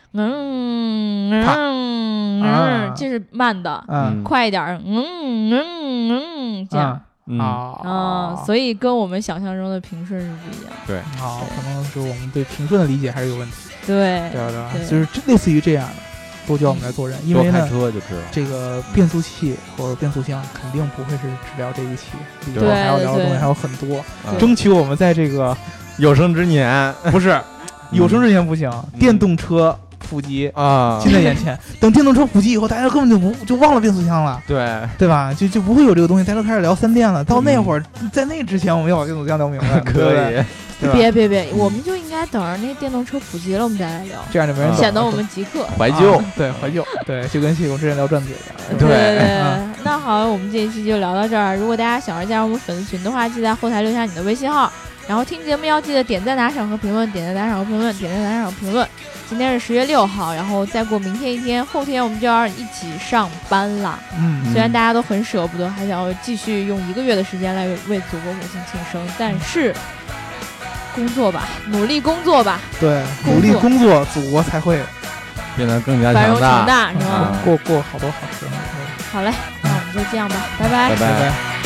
[SPEAKER 1] 嗯
[SPEAKER 2] 啪
[SPEAKER 1] 嗯
[SPEAKER 2] 啊
[SPEAKER 1] 嗯，这是慢的，
[SPEAKER 2] 嗯
[SPEAKER 3] 嗯
[SPEAKER 1] 快一点儿，嗯嗯嗯，这样。
[SPEAKER 3] 嗯
[SPEAKER 2] 啊
[SPEAKER 1] 啊，所以跟我们想象中的平顺是不一样。
[SPEAKER 2] 啊，可能是我们对平顺的理解还是有问题，
[SPEAKER 1] 对啊
[SPEAKER 2] 对，啊吧？对吧
[SPEAKER 1] 对
[SPEAKER 2] 就是这类似于这样的，都教我们来做人，因
[SPEAKER 3] 多
[SPEAKER 2] 为
[SPEAKER 3] 开
[SPEAKER 2] 呢，
[SPEAKER 3] 车就知道，
[SPEAKER 2] 这个变速器或者变速箱肯定不会是只聊这一期，里
[SPEAKER 3] 对
[SPEAKER 2] 边还要聊的
[SPEAKER 1] 对
[SPEAKER 2] 东西还有很多，
[SPEAKER 3] 嗯
[SPEAKER 2] 争取我们在这
[SPEAKER 3] [laughs]
[SPEAKER 2] 个
[SPEAKER 3] 有生之年
[SPEAKER 2] 不是有生之年不行，电动车普及。
[SPEAKER 3] 啊，
[SPEAKER 2] 近在眼
[SPEAKER 3] [laughs]
[SPEAKER 2] 前，等电动车普及以后，大家根本就不就忘了变速箱了，
[SPEAKER 3] 对，
[SPEAKER 2] 对吧？就就不会有这个东西，大家都开始聊三电了。到那会儿，在那之前，我们要把变速箱聊明白，对不
[SPEAKER 3] 嗯 [laughs] 可
[SPEAKER 2] 对
[SPEAKER 3] 以，
[SPEAKER 2] 对吧啊
[SPEAKER 1] 别别别，我们就应该等着那电动车普及了，我们再来聊，
[SPEAKER 2] 这样就没人
[SPEAKER 3] 嗯
[SPEAKER 2] 懂了
[SPEAKER 1] 显得我们极客。
[SPEAKER 3] 怀旧
[SPEAKER 2] 啊，对，怀旧，对，就跟谢勇之前聊转子一样。
[SPEAKER 1] 对对
[SPEAKER 2] 嗯
[SPEAKER 1] 对，那好，我们这一期就聊到这儿。如果大家想要加入我们粉丝群的话，记得在后台留下你的微信号。然后听节目要记得点赞、打赏和评论，点赞、打赏和评论，点赞、打赏和评论。今天是十月六号，然后再过明天一天，后天我们就要一起上班了。
[SPEAKER 2] 嗯，
[SPEAKER 1] 虽然大家都很舍不得，还想要继续用一个月的时间来为祖国母亲庆生，但是工作吧，努力工作吧，
[SPEAKER 3] 嗯
[SPEAKER 2] 对，
[SPEAKER 1] 工
[SPEAKER 2] 努力
[SPEAKER 1] 作
[SPEAKER 2] 工作，祖国才会
[SPEAKER 3] 变得更加
[SPEAKER 1] 繁荣
[SPEAKER 3] 强
[SPEAKER 1] 强大，
[SPEAKER 3] 大，
[SPEAKER 1] 是吧？
[SPEAKER 3] 啊
[SPEAKER 2] 过过过好多好时候。
[SPEAKER 1] 好嘞，那我们就这样吧，拜拜
[SPEAKER 3] 拜。
[SPEAKER 2] 拜拜。